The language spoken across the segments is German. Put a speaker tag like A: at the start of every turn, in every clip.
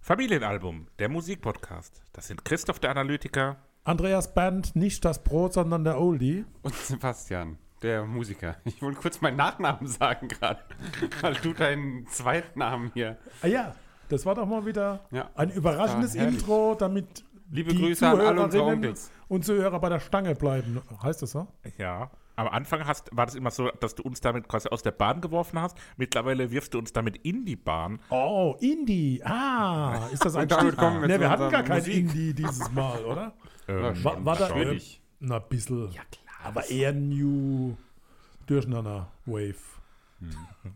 A: Familienalbum, der Musikpodcast. Das sind Christoph der Analytiker
B: Andreas Band, nicht das Brot, sondern der Oldie.
C: Und Sebastian, der Musiker. Ich wollte kurz meinen Nachnamen sagen gerade, weil du deinen Zweitnamen hier.
B: Ah ja, das war doch mal wieder
C: Ja.
B: ein überraschendes
C: Ah, herrlich.
B: Intro, damit
C: Liebe Grüße an alle unsere
B: Zuhörerinnen
C: Onkels.
B: und Zuhörer bei der Stange bleiben. Heißt das so?
A: Ja. Am Anfang hast, war das immer so, dass du uns damit quasi aus der Bahn geworfen hast. Mittlerweile wirfst du uns damit in die Bahn.
B: Oh, Indie. Ah, ist das ein
C: Und damit
B: Stichwort?
C: kommen wir
B: nee,
C: zu
B: wir hatten
C: unserem
B: gar kein
C: Musik-
B: Indie dieses Mal, oder?
A: Ähm,
B: War, war da
C: Natürlich.
B: Na, ein bisschen. Ja, klar. Aber eher New Durcheinander Wave.
C: Hm.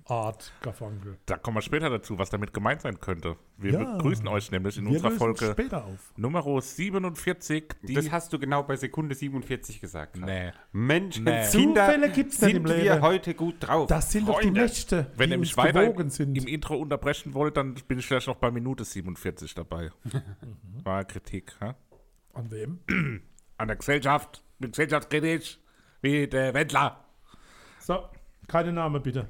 B: Art Garfunkel.
A: da kommen wir später dazu, was damit gemeint sein könnte. Wir
B: Ja.
A: begrüßen euch nämlich in
B: Wir
A: unserer
B: lösen's
A: Folge
B: später auf.
A: Nummer 47. Die
C: Das hast du genau bei Sekunde 47 gesagt. gerade.
A: Nee.
C: Mensch,
A: Nee.
C: Kinder,
B: Zufälle gibt's nicht
C: sind
B: im Leben.
C: wir heute gut drauf.
B: Das sind doch die
C: Freunde.
B: Mächte,
A: wenn
B: die
A: ihr
B: uns
A: mich weiter
B: gewogen
A: im,
B: sind.
A: im Intro unterbrechen wollt, dann bin ich vielleicht noch bei Minute 47 dabei. War Kritik. Hä?
B: An wem?
A: An der Gesellschaft. Mit Gesellschaftskritisch. Wie der Wendler.
B: So, keine Name bitte.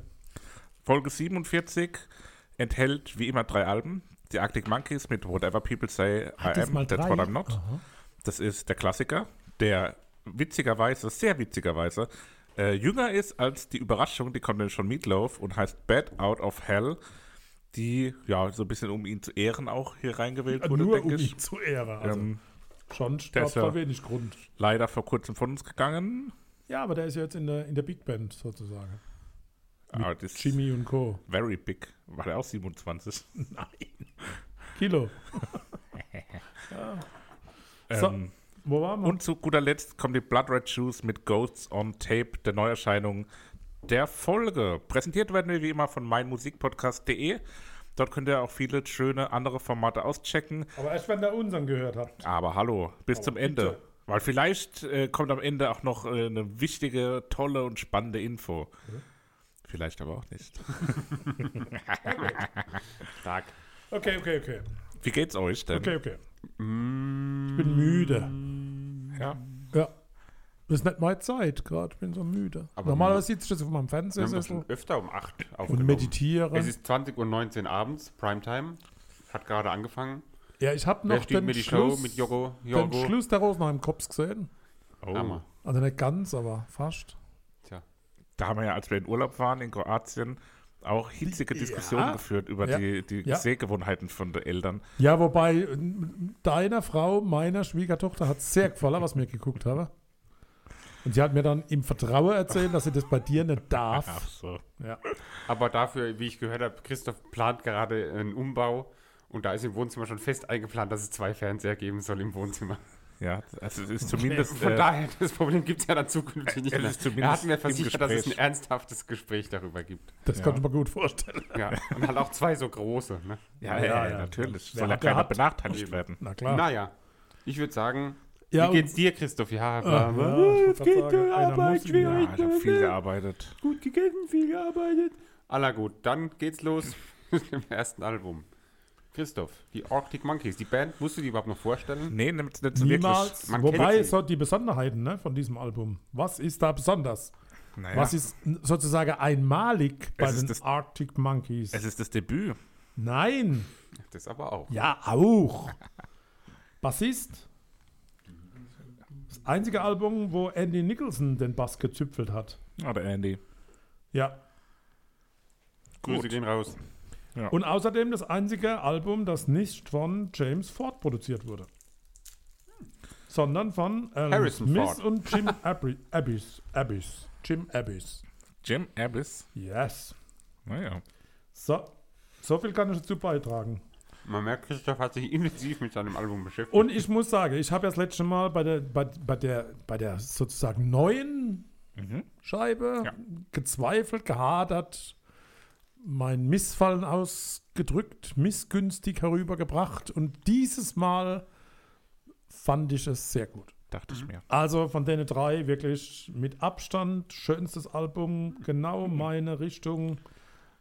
A: Folge 47 enthält wie immer drei Alben. Die Arctic Monkeys mit Whatever People Say I
B: das
A: Am,
B: mal
A: That's
B: drei?
A: What I'm Not. Das ist der Klassiker, der witzigerweise, sehr witzigerweise, äh, jünger ist als die Überraschung, die kommt nämlich schon Meatloaf und heißt Bad Out of Hell, die, ja, so ein bisschen um ihn zu ehren auch hier reingewählt wurde,
B: Nur
A: denke
B: um
A: ich.
B: ihn zu Ehre. Also
A: Ähm,
B: schon
A: der
B: starb
A: ist ja-
B: da wenig Grund.
A: Leider vor kurzem von uns gegangen.
B: Ja, aber der ist ja jetzt in der, in der Big Band sozusagen.
A: Ah, das ist
B: Jimmy und Co.
A: very big. War der auch 27?
B: Kilo. So.
A: Ähm,
B: Wo waren wir?
A: Und zu guter Letzt kommt die Blood Red Shoes mit Ghosts on Tape, der Neuerscheinung der Folge. Präsentiert werden wir wie immer von meinmusikpodcast.de. Dort könnt ihr auch viele schöne andere Formate auschecken.
B: aber erst wenn ihr unseren gehört habt.
A: Aber hallo, bis zum Ende.
B: Oh, bitte.
A: Weil vielleicht äh, kommt am Ende auch noch äh, eine wichtige, tolle und spannende Info.
B: Mhm.
A: Vielleicht aber auch nicht.
C: Stark.
B: Okay, okay, okay.
A: Wie geht's euch denn?
B: Okay, okay.
C: Mm.
B: Ich bin müde.
A: Ja.
B: Ja. Das ist nicht meine Zeit gerade. Ich bin so müde.
C: Aber
B: Normalerweise sitze ich jetzt auf meinem
C: Wir haben das
B: Fernsehsessel
C: schon öfter um 8
B: und
C: aufgenommen.
B: meditiere.
C: Es ist 20.19 Uhr abends, Primetime. Hat gerade angefangen.
B: Ja, ich habe
C: Wer
B: noch
C: steht
B: den
C: mir die
B: Schluss,
C: Show mit Jogo?
B: den
C: Jogo.
B: Schluss der Rose noch im Kopf gesehen.
A: Oh.
C: Hammer.
B: Also nicht ganz, aber fast.
C: Tja.
A: Da haben wir ja, als wir in Urlaub waren in Kroatien, auch hitzige
B: Ja.
A: Diskussionen geführt über
B: Ja.
A: die, die
B: Ja.
A: Sehgewohnheiten von den Eltern.
B: Ja, wobei ähm, deiner Frau, meiner Schwiegertochter hat sehr gefallen, was mir geguckt habe. Und sie hat mir dann im Vertrauen erzählt, dass sie das bei dir nicht
A: Ach
B: darf.
A: so.
B: Ja.
C: Aber dafür, wie ich gehört habe, Christoph plant gerade einen Umbau. Und da ist im Wohnzimmer schon fest eingeplant, dass es zwei Fernseher geben soll im Wohnzimmer.
A: Ja, also es ist zumindest.
C: Von
A: äh,
C: daher, das Problem gibt es ja dann zukünftig nicht
A: es
C: mehr.
A: ist zumindest
C: Er hat mir
A: im
C: versichert, dass es ein
A: Gespräch.
C: ernsthaftes Gespräch darüber gibt.
B: Das kann ich mir gut vorstellen.
C: Ja. Und halt auch zwei so große. Ne?
A: ja,
B: Ja,
A: ja,
B: ja.
A: natürlich.
B: Wer
A: Soll ja
B: hat, der
A: keiner
B: hat.
A: benachteiligt werden.
B: Na klar.
C: Naja, ich würde sagen,
B: Ja,
C: wie geht's dir, Christoph?
B: Ja,
C: Ja, bla, bla.
B: ich wollt grad sagen, einer muss ihn-
A: Ja, Ah, ich habe viel gearbeitet.
C: gut gegessen, viel gearbeitet. Aller gut, dann geht's los mit dem ersten Album. Christoph, die Arctic Monkeys, die Band, musst du die überhaupt noch vorstellen?
A: Nee, nimmt's nicht so Also wirklich.
B: Niemals.
C: Man kennt
B: Wobei,
C: sie.
B: so die Besonderheiten ne, von diesem Album. Was ist da besonders?
A: Naja,
B: Was ist n- sozusagen einmalig bei
A: Es ist
B: den
A: das-
B: Arctic Monkeys?
A: es ist das Debüt.
B: Nein.
C: Das aber auch.
B: Ja, auch. Bassist. Das einzige Album, wo Andy Nicholson den Bass gezüpfelt hat.
A: Oder äh, Andy.
B: Ja.
C: Grüße gehen raus.
B: Und außerdem das einzige Album, das nicht von James Ford produziert wurde. Sondern von Alan
C: Harrison
B: Smith
C: Ford.
B: und Jim Abri Abbis. Abbis. Jim Abbis.
A: Jim Abbas.
B: Yes.
A: Naja.
B: So. So viel kann ich dazu beitragen.
C: Man merkt, Christoph hat sich intensiv mit seinem Album beschäftigt.
B: Und ich muss sagen, ich habe ja das letzte Mal bei der, bei, bei der, bei der sozusagen neuen Scheibe
A: Ja.
B: gezweifelt, gehadert, mein Missfallen ausgedrückt, missgünstig herübergebracht. Und dieses Mal fand ich es sehr gut.
A: Dachte ich mir.
B: Also von denen drei wirklich mit Abstand schönstes Album, genau meine Richtung.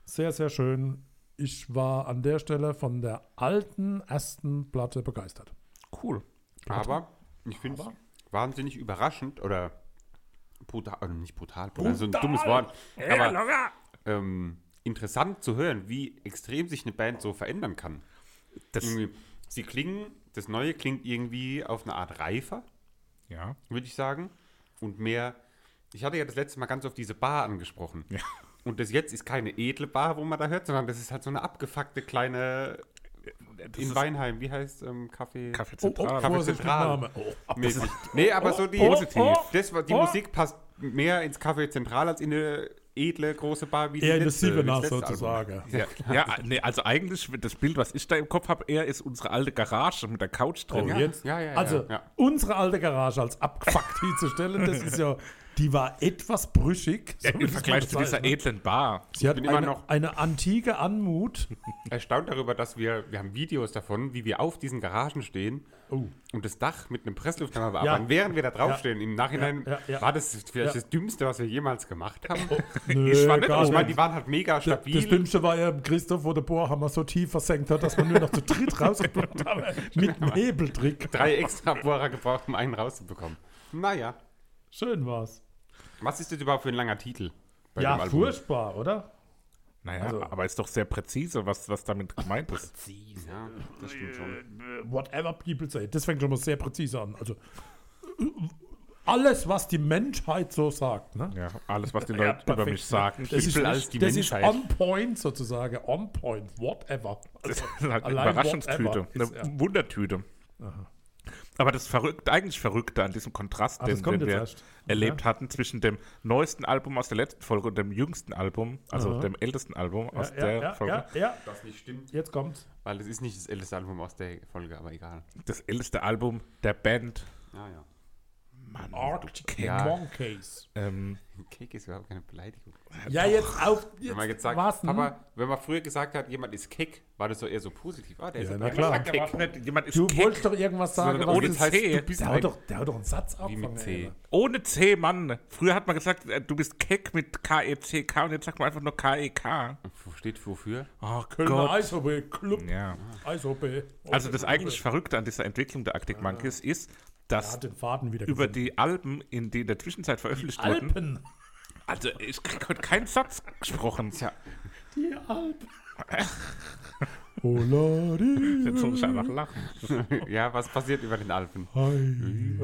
B: Sehr, sehr schön. Ich war an der Stelle von der alten ersten Platte begeistert.
A: Cool.
C: aber ich finde es wahnsinnig überraschend oder brutal, oder nicht brutal, brutal, so ein dummes Wort. Aber ähm, interessant zu hören, wie extrem sich eine Band so verändern kann.
A: Das,
C: Irgendwie, sie klingen, das Neue klingt irgendwie auf eine Art reifer,
A: ja.
C: würde ich sagen. Und mehr, ich hatte ja das letzte Mal ganz oft diese Bar angesprochen.
A: ja.
C: Und das jetzt ist keine edle Bar, wo man da hört, sondern das ist halt so eine abgefuckte kleine
A: Das
C: in
A: ist
C: Weinheim, wie heißt ähm, Kaffee?
A: Kaffee
B: Oh, oh,
A: Zentral.
C: Kaffee
B: Vorsicht mit
C: Zentral.
B: Name. Oh, oh.
C: mäßig. Nee, aber so die,
B: oh,
C: positiv.
B: oh,
C: das, war- die
B: oh.
C: Musik passt mehr ins Kaffee Zentral als in eine edle große Bar wie die
B: Eher in das
C: letzte,
B: Siebener
C: das Also letzte
B: sozusagen.
C: Album. Ja,
A: Ja, nee, also eigentlich, das Bild, was ich da im Kopf habe, eher ist unsere alte Garage mit der Couch
B: Oh,
A: drin. ja.
B: jetzt.
C: ja, ja, ja,
B: also,
C: ja.
B: unsere alte Garage als abgefuckt hinzustellen, das ist ja, die war etwas brüchig. so
A: Ja,
B: würde
A: Im
B: ich
A: Vergleich
B: mal
A: zu dieser
B: bezeichnen.
A: edlen Bar.
B: Sie hat
C: bin immer
B: eine,
C: noch-
B: eine antike Anmut.
C: erstaunt darüber, dass wir, wir haben Videos davon, wie wir auf diesen Garagen stehen
B: Oh.
C: und das Dach mit einem Presslufthammer bearbeiten. Während wir da draufstehen, im Nachhinein
B: Ja, ja, ja.
C: war das vielleicht
B: Ja. Oh,
C: das Dümmste, was wir jemals gemacht haben.
B: Nö,
A: Ich war nicht-
B: gar
C: Ich meine, die
B: nicht.
C: waren halt mega stabil.
B: Das Dümmste war ja Christoph, wo der Bohrhammer so tief versenkt hat, dass man nur noch zu dritt rausgebracht hat. Mit
C: Genau.
B: einem Hebeltrick.
C: Drei extra Bohrer gebraucht, um einen rauszubekommen. Naja,
B: Schön war's.
C: was ist das überhaupt für ein langer Titel? bei dem
B: Ja,
C: Album?
B: furchtbar, oder?
A: Naja,
B: Also-
A: aber ist doch sehr präzise, was, was damit gemeint ist.
C: Ja, das stimmt schon.
B: Whatever people say. Das fängt schon mal sehr präzise an. Also äh, alles, was die Menschheit so sagt. Ne?
A: Ja, alles, was die
B: Ja,
A: Leute über
B: perfekt.
A: mich sagen.
B: Das, ist,
C: People als die
B: das ist
C: Menschheit.
B: on point sozusagen. On point. Whatever.
A: Das
B: Also,
A: ist halt eine
B: allein
A: Überraschungstüte,
B: whatever
A: eine
B: ist, ja.
A: Wundertüte. Aber das verrückt, eigentlich Verrückte an diesem Kontrast,
B: Ah, das
A: den,
B: kommt
A: den wir
B: jetzt erst.
A: erlebt hatten zwischen dem neuesten Album aus der letzten Folge und dem jüngsten Album, also
B: Aha.
A: dem ältesten Album aus
B: ja,
A: der
B: ja,
A: Folge.
B: ja, ja,
C: Das nicht stimmt.
B: jetzt kommt's.
C: Weil es ist nicht das älteste Album aus der Folge, aber egal.
A: Das älteste Album der Band.
C: Ja, Ah, ja.
A: Mann.
B: Arctic
C: Ja.
B: Monkeys.
A: Ähm,
C: Cake ist überhaupt keine Beleidigung.
B: Ja, jetzt auf. Jetzt
C: Wenn man, gesagt,
B: war's, ne?
C: aber wenn man früher gesagt hat, jemand ist keck, war das so eher so positiv. Ah, der ist
B: Ja,
C: ja
B: na
C: der
B: klar.
C: ist ja keck.
A: nicht, jemand ist
B: du
A: keck.
B: wolltest doch irgendwas sagen.
C: Sondern
B: was
A: ohne
C: das
B: ist-
A: Zeit.
C: heißt,
A: C.
C: du bist
B: der,
C: ein,
B: hat doch, der hat doch einen Satz
C: wie mit
B: angefangen.
C: C.
B: ey.
A: Ohne C, Mann. Früher hat man gesagt, äh, du bist keck mit K-E-C-K und jetzt sagt man einfach nur K-E-K.
C: Wo steht wofür?
A: Oh
B: Kölner
A: Gott.
B: Eishockey Club.
A: Ja.
B: Eishockey.
A: Also das eigentlich Verrückte an dieser Entwicklung der Arctic Monkeys ist,
B: Er
A: dass
B: hat den Faden wieder
A: über
B: gefunden.
A: die Alben, in die in der Zwischenzeit veröffentlicht wurden,
B: Alpen.
A: also ich krieg heute keinen Satz gesprochen. Tja,
B: Die Alpen. Olari.
A: jetzt muss ich einfach lachen.
C: ja, was passiert über den Alpen?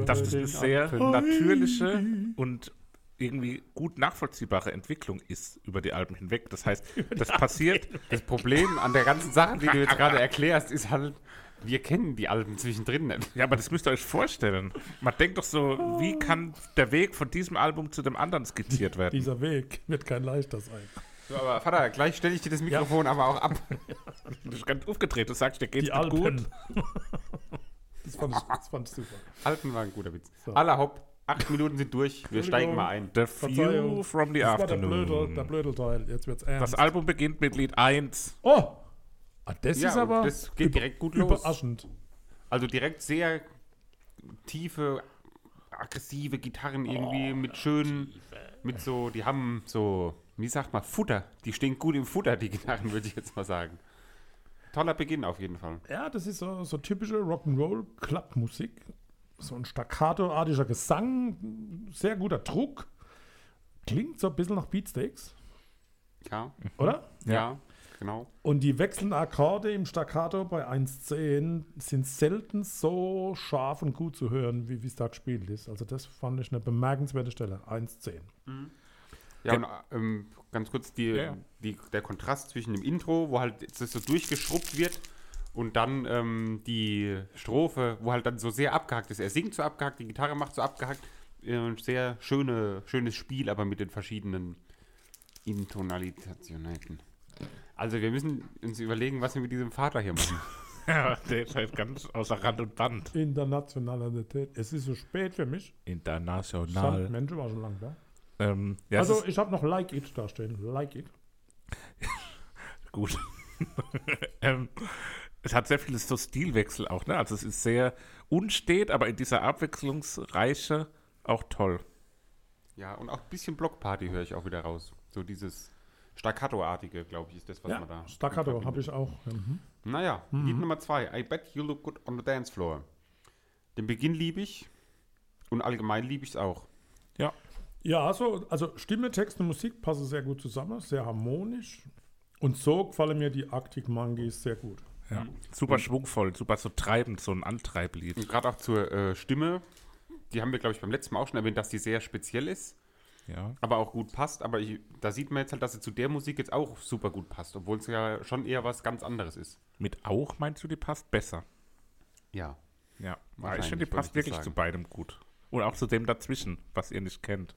A: Das ist eine sehr natürliche und irgendwie gut nachvollziehbare Entwicklung ist über die Alben hinweg. Das heißt, das passiert,
C: Das Problem an der ganzen Sache, die du jetzt gerade erklärst, ist halt, wir kennen die Alpen zwischendrin nicht.
A: ja, aber das müsst ihr euch vorstellen. Man denkt doch so,
B: Oh.
A: wie kann der Weg von diesem Album zu dem anderen skizziert werden?
B: Dieser Weg wird kein leichter sein.
C: So, aber Vater, gleich stelle ich dir das Mikrofon aber auch ab.
A: Du bist ganz aufgedreht, du sagst, dir geht's
B: Die
A: nicht gut.
B: Alpen. Das fand, ich, das fand ich super.
C: Alpen war ein guter Witz. Aller hopp, acht Minuten sind durch, wir steigen mal ein.
A: The
B: Verzeihung.
A: View from the
B: Das war der blöde, der
A: Afternoon.
B: blöde Teil. Jetzt wird's
A: Das
B: ernst.
A: Album beginnt mit Lied 1.
B: oh! Ah, das
C: Ja,
B: ist
C: und
B: aber
C: das geht direkt gut los.
B: überraschend.
C: Also direkt sehr tiefe, aggressive Gitarren irgendwie mit schönen, mit so, die haben so, wie sagt man, Futter. Die stehen gut im Futter, die Gitarren, würde ich jetzt mal sagen. Toller Beginn auf jeden Fall.
B: Ja, das ist so, so typische Rock'n'Roll-Clubmusik. So ein staccato-artiger Gesang, sehr guter Druck. Klingt so ein bisschen nach Beatsteaks,
C: Ja,
B: oder?
C: ja,
A: Ja.
C: genau.
B: Und die wechselnden Akkorde im Staccato bei 1.10 sind selten so scharf und gut zu hören, wie wie es da gespielt ist. Also das fand ich eine bemerkenswerte Stelle. 1.10.
C: Ja, und ähm, ganz kurz die,
A: Ja, ja.
C: Die, der Kontrast zwischen dem Intro, wo halt das so durchgeschrubbt wird, und dann ähm, die Strophe, wo halt dann so sehr abgehackt ist. Er singt so abgehackt, die Gitarre macht so abgehackt. Äh, sehr schöne, schönes Spiel, aber mit den verschiedenen Intonalitäten. Also wir müssen uns überlegen, was wir mit diesem Vater hier machen.
A: Ja, der ist halt ganz außer Rand und Band.
B: Internationalität. Es ist so spät für mich. Stand,
A: International.
B: Mensch, war schon lang da.
A: Ähm, ja, also,
B: also ich habe noch Like It da stehen. Like It.
A: ist gut. ähm, es hat sehr viele so Stilwechsel auch, ne? Also es ist sehr unstet, aber in dieser Abwechslungsreiche auch toll.
C: ja, und auch ein bisschen Blockparty höre ich auch wieder raus. So dieses Staccato-artige, glaube ich, ist das, was man da...
B: Ja, Staccato habe ich auch. Mhm.
C: Naja, Lied Nummer zwei. I bet you look good on the dance floor. Den Beginn liebe ich und allgemein liebe ich es auch.
A: Ja.
B: Ja, also, also Stimme, Text und Musik passen sehr gut zusammen, sehr harmonisch. Und so gefallen mir die Arctic Monkeys sehr gut.
A: Ja.
C: Mhm.
A: Super schwungvoll, super so treibend, so ein Antreiblied.
C: Und gerade auch zur äh, Stimme, die haben wir, glaube ich, beim letzten Mal auch schon erwähnt, dass die sehr speziell ist,
A: Ja.
C: aber auch gut passt. Aber ich, da sieht man jetzt halt, dass sie zu der Musik jetzt auch super gut passt, obwohl es ja schon eher was ganz anderes ist.
A: Mit auch meinst du, die passt besser?
C: Ja.
A: Ja. Ja, Ich
C: Wahrscheinlich,
A: finde, die
C: würde
A: passt
C: ich
A: wirklich
C: sagen.
A: zu beidem gut. Und auch zu dem dazwischen, was ihr nicht kennt.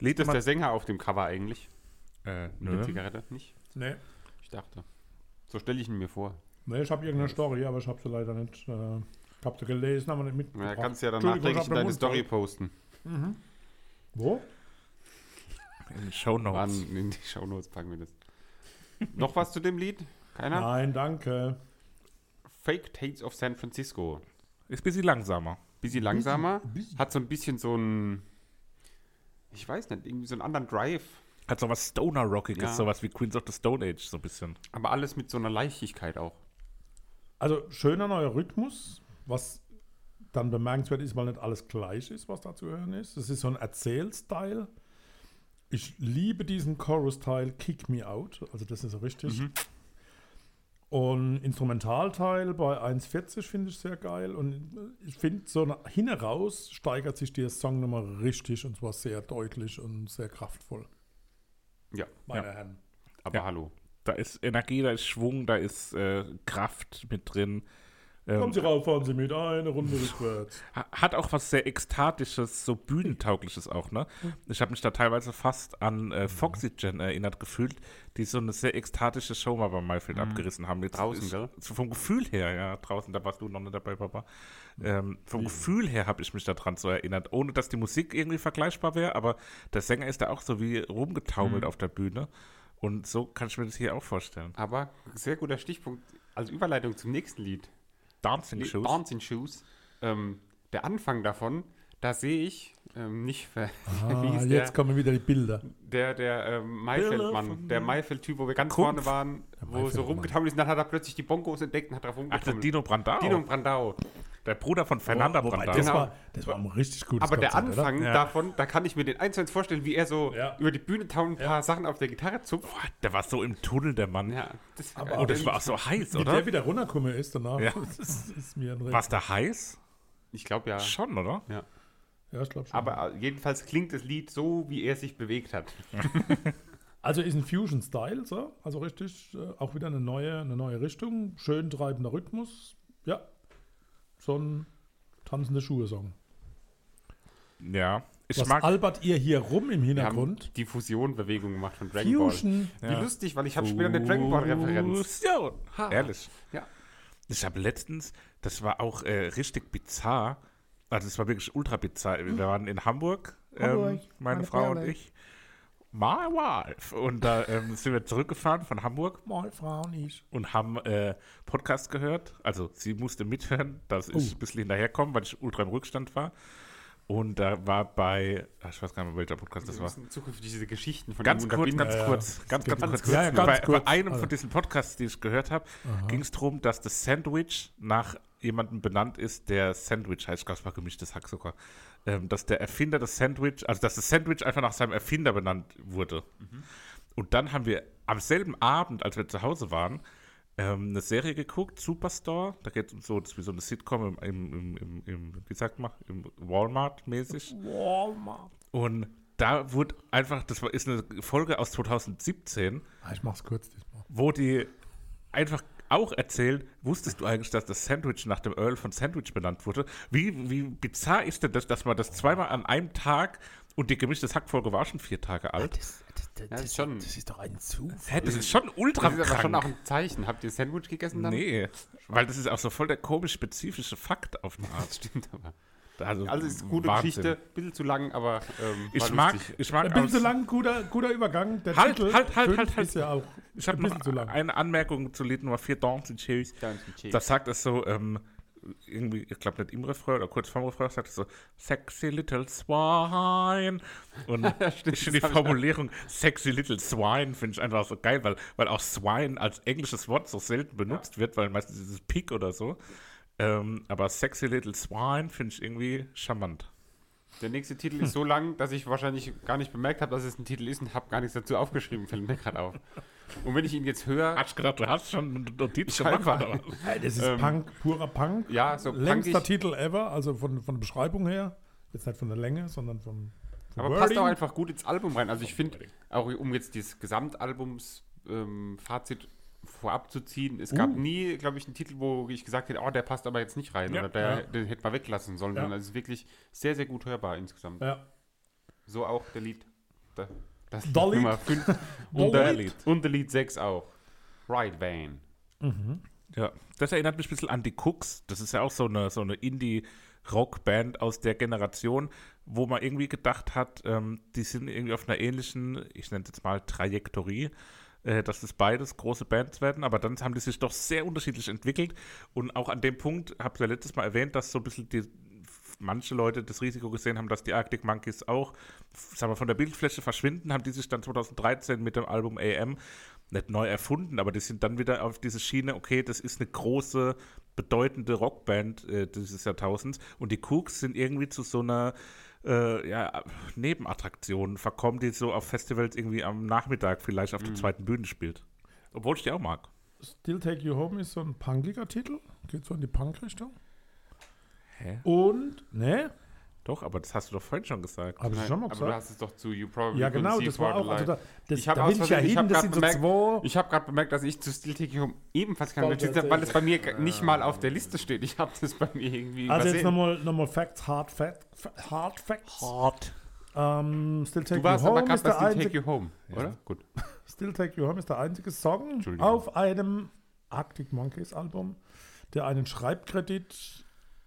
A: Lied
C: Ist das
A: Nummer-
C: der Sänger auf dem Cover eigentlich?
A: äh,
C: Mit der
A: nö.
C: Zigarette? Nicht?
B: Nee.
C: Ich dachte. So stelle ich ihn mir vor.
B: Nee, ich habe irgendeine Story, aber ich habe sie leider nicht. Äh, ich habe sie gelesen, aber nicht
C: Na,
B: mitgebracht.
C: kannst ja dann
B: Entschuldigung,
C: nachträglich
B: ich
C: in
B: hab
C: deine
B: den
C: Story
B: Mund
C: posten.
B: voll. Wo?
A: In den Show
C: Mann,
A: Notes.
C: in die Shownotes packen wir das. Noch was zu dem Lied? Keiner?
B: Nein, danke.
C: Fake Tales of San Francisco.
A: Ist ein bisschen langsamer.
C: Bisschen langsamer.
B: bisschen.
C: Hat so ein bisschen so ein. Ich weiß nicht, irgendwie so einen anderen Drive.
A: Hat sowas Stoner-Rockiges,
C: Ja.
A: sowas wie Queens of the Stone Age, so ein bisschen.
C: Aber alles mit so einer Leichtigkeit auch.
B: Also schöner neuer Rhythmus, was dann bemerkenswert ist, weil nicht alles gleich ist, was da zu hören ist. Es ist so ein Erzählstyle. Ich liebe diesen Chorus-Teil Kick Me Out, also das ist so richtig.
C: Mhm.
B: Und Instrumentalteil bei 1,40 finde ich sehr geil. Und ich finde, so nach- hin und raus steigert sich die Songnummer richtig und zwar sehr deutlich und sehr kraftvoll,
C: Ja,
B: meine Herren.
C: aber
A: Ja.
C: hallo.
A: Da ist Energie, da ist Schwung, da ist äh, Kraft mit drin. Ähm,
B: Kommen Sie rauf, fahren Sie mit, eine Runde rückwärts.
A: Ha- Hat auch was sehr Ekstatisches, so Bühnentaugliches auch, ne?
C: Mhm.
A: Ich habe mich da teilweise fast an äh, Foxygen erinnert gefühlt, die so eine sehr ekstatische Show mal bei Mayfield abgerissen haben. Jetzt
C: Mhm. Draußen,
A: ist-
C: gell?
A: so Vom Gefühl her, ja, draußen, da warst du noch nicht dabei, Papa.
C: Mhm.
A: Ähm, vom Gefühl her habe ich mich daran so erinnert, ohne dass die Musik irgendwie vergleichbar wäre, aber der Sänger ist da auch so wie rumgetaumelt
C: Mhm.
A: auf der Bühne. Und so kann ich mir das hier auch vorstellen.
C: Aber sehr guter Stichpunkt als Überleitung zum nächsten Lied.
A: Dancing
C: Li-
A: Shoes.
C: Barnes in Shoes. Ähm, der Anfang davon, da sehe ich ähm, nicht ver
B: Ah,
C: wie hieß
B: jetzt
C: der,
B: kommen wieder die Bilder.
C: der, der ähm, Maifeld-Mann, der Maifeld-Typ, wo wir ganz
A: Kumpf.
C: vorne waren, wo so
B: Maifeld-Mann.
C: rumgetaumelt ist. Und dann hat er plötzlich die Bongos entdeckt und hat drauf
A: Ach, der
C: rumgetaumelt.
A: Dino Brandao.
C: Dino Brandau.
A: der Bruder von Fernanda
B: Wobei,
A: Brandao.
B: Das,
C: Genau.
B: war, das war ein richtig gutes
C: Aber der
B: Konzert, oder?
C: Anfang
A: Ja.
C: davon, da kann ich mir den eins zu eins vorstellen, wie er so
B: Ja.
C: über die Bühne taumelt, ein paar Sachen auf der Gitarre zupft.
A: Der war so im Tunnel, der Mann.
C: Ja, das,
B: Aber-
A: Oh, das war auch so heiß,
B: Wie
A: oder?
B: der wieder runtergekommen ist danach,
A: Ja.
B: das ist, ist mir ein Rätsel.
A: War es da heiß?
C: Ich glaube ja.
A: Schon, oder?
B: Ja, ich glaub schon.
C: Aber jedenfalls klingt das Lied so, wie er sich bewegt hat.
B: also ist ein Fusion-Style, so. also richtig, äh, auch wieder eine neue, eine neue Richtung, schön treibender Rhythmus, ja, so ein tanzende Schuhe-Song.
A: Ja. Ich
B: Was
A: mag.
B: albert ihr hier rum im
C: Wir
B: Hintergrund?
C: haben die Fusion-Bewegung gemacht von Dragon
B: Fusion.
C: Ball.
A: Ja.
C: Wie lustig, weil ich habe später eine Dragon Ball-Referenz.
A: Fusion. Ehrlich.
C: Ja.
A: Ich habe letztens, das war auch äh, richtig bizarr. Also, es war wirklich ultra bizarr. Wir waren in Hamburg, ähm,
D: Hamburg,
A: meine,
D: meine
A: Frau und
D: Perle.
A: ich. My wife. Und da ähm, sind wir zurückgefahren von Hamburg
B: Mal Frau nicht.
A: und haben äh, Podcast gehört. Also sie musste mithören, dass ich ein bisschen hinterherkomme, weil ich ultra im Rückstand war. Und da war bei, ach, ich weiß gar nicht mehr, welcher Podcast das
C: Wir
A: war.
C: müssen zukünftig diese Geschichten von
A: Ganz
C: ihm
A: kurz,
C: unterbinden.
A: ganz
B: Ja,
A: kurz, ganz, ganz,
B: geht
A: kurz.
B: ganz kurz. Ja, ja, ganz
A: bei,
B: kurz.
A: bei einem
B: Also.
A: von diesen Podcasts, die ich gehört habe, ging es darum, dass das Sandwich nach jemandem benannt ist, der Sandwich heißt, ich glaube, es war gemischtes Hack sogar. Ähm, dass der Erfinder des Sandwich, also dass das Sandwich einfach nach seinem Erfinder benannt wurde. Und dann haben wir am selben Abend, als wir zu Hause waren, ähm, eine Serie geguckt, Superstore. Da geht es um so, das ist wie so eine Sitcom im, im, im, im, im wie sagt man, im Walmart-mäßig.
B: Walmart.
A: Und da wurde einfach, das war, ist eine Folge aus 2017,
B: Ah, ich mach's kurz diesmal.
A: wo die einfach auch erzählen, wusstest du eigentlich, dass das Sandwich nach dem Earl von Sandwich benannt wurde? Wie, wie bizarr ist denn das, dass man das zweimal an einem Tag und die gemischte Hackfolge war schon vier Tage alt?
D: Das, das, das,
C: Ja,
D: das,
C: ist schon.
D: das ist doch ein Zufall.
A: Hä, das ist schon ultra
C: Das ist aber schon auch
A: krank.
C: ein Zeichen. Habt ihr Sandwich gegessen dann?
A: Nee, weil das ist auch so voll der komisch spezifische Fakt auf eine Art.
C: Das stimmt aber.
A: Also,
C: Also es ist eine gute
A: Wahnsinn.
C: Geschichte, bisschen zu lang, aber ähm,
A: Ich
C: war
A: mag,
C: lustig.
A: ich mag
B: Ein bisschen
A: Halt aus-
B: zu lang, guter, guter Übergang. Der
A: Halt,
B: Titel
A: halt, halt,
B: fünf
A: halt, halt.
B: ist ja auch
A: Ich habe
B: ein bisschen
A: noch
B: zu lang.
A: eine Anmerkung zu Lied Nummer 4, Dance and Cheers.
C: Dance and Cheers.
A: Da sagt es so, ähm, irgendwie, ich glaube nicht im Refrain oder kurz vorm Refrain, sagt es so, sexy little swine. Und ich finde die Formulierung sexy little swine finde ich einfach so geil, weil, weil auch swine als englisches Wort so selten benutzt wird, weil meistens ist es Pig oder so. Ähm, aber sexy little swine finde ich irgendwie charmant.
C: Der nächste Titel ist so lang, dass ich wahrscheinlich gar nicht bemerkt habe, dass es ein Titel ist und habe gar nichts dazu aufgeschrieben, fällt mir gerade auf. Und wenn ich ihn jetzt höre,
A: Hast du gedacht, du hast schon eine Notiz
C: schau
A: gemacht?
C: mal.
A: Oder? was?
B: Hey, das ist
C: Ähm,
B: Punk, purer Punk.
C: ja, so
B: Längster
C: punkig,
B: Titel ever, also von, von der Beschreibung her. Jetzt nicht von der Länge, sondern vom, vom
C: aber passt halt. auch
B: Wording.
C: einfach gut ins Album rein. Also ich finde, auch um jetzt dieses Gesamtalbums ähm, Fazit vorab zu ziehen, es gab
B: Uh.
C: nie, glaube ich, einen Titel, wo ich gesagt hätte, oh, der passt aber jetzt nicht rein
A: Ja.
C: oder der,
B: Ja.
C: den hätte man weglassen sollen.
B: Ja.
C: sondern Es ist wirklich sehr, sehr gut hörbar insgesamt.
B: Ja.
C: So auch der Lied. Da, das Lied
B: Dolly.
C: Nummer 5.
B: Dolly.
C: und, der Lied. und der Lied 6 auch. Right Van.
A: Ja, das erinnert mich ein bisschen an die Cooks. Das ist ja auch so eine, so eine Indie-Rock-Band aus der Generation, wo man irgendwie gedacht hat, ähm, die sind irgendwie auf einer ähnlichen, ich nenne es jetzt mal Trajektorie, äh, dass das beides große Bands werden, aber dann haben die sich doch sehr unterschiedlich entwickelt und auch an dem Punkt, habe ich ja letztes Mal erwähnt, dass so ein bisschen die manche Leute das Risiko gesehen haben, dass die Arctic Monkeys auch, sagen wir, von der Bildfläche verschwinden, haben die sich dann 2013 mit dem Album AM nicht neu erfunden, aber die sind dann wieder auf diese Schiene, okay, das ist eine große, bedeutende Rockband äh, dieses Jahrtausends und die Cooks sind irgendwie zu so einer äh, ja, Nebenattraktion verkommen, die so auf Festivals irgendwie am Nachmittag vielleicht auf
C: Hm.
A: der zweiten Bühne spielt. Obwohl ich die auch mag.
B: Still Take You Home ist so ein punkiger Titel. Geht so in die Punk-Richtung.
A: Hä?
B: Und, ne,
A: Doch, aber das hast du doch vorhin schon gesagt.
B: habe ich
C: Nein,
B: schon mal
C: aber du
B: gesagt.
C: hast es doch zu You Probably
B: Ja,
C: Couldn't
B: genau,
C: See
B: das
C: For
B: war
C: the
B: auch, also
C: Light.
B: da, das,
C: Ich hab
B: da
C: aus
B: will ich ja
C: Versehen- ich
B: hin,
C: hab
B: das
C: grad
B: sind so
C: bemerkt-
B: zwei.
C: Ich habe gerade bemerkt, dass ich zu Still Taking Home ebenfalls keine
B: Voll
C: Notiz habe, weil
B: tatsächlich.
C: es bei mir g- nicht mal auf der Liste steht. Ich habe das bei mir irgendwie
B: Also jetzt
C: übersehen.
B: nochmal nochmal Facts, Hard, Fact, Hard Facts.
A: Hard.
B: Ähm, Still Take
C: du warst
B: You
C: aber
B: Home
C: gerade
B: ist
C: bei
B: der
C: Still Take
B: einzige,
C: You Home, oder? Gut.
B: Still Take You Home ist der einzige Song
C: Entschuldigung.
B: auf einem Arctic Monkeys Album, der einen Schreibkredit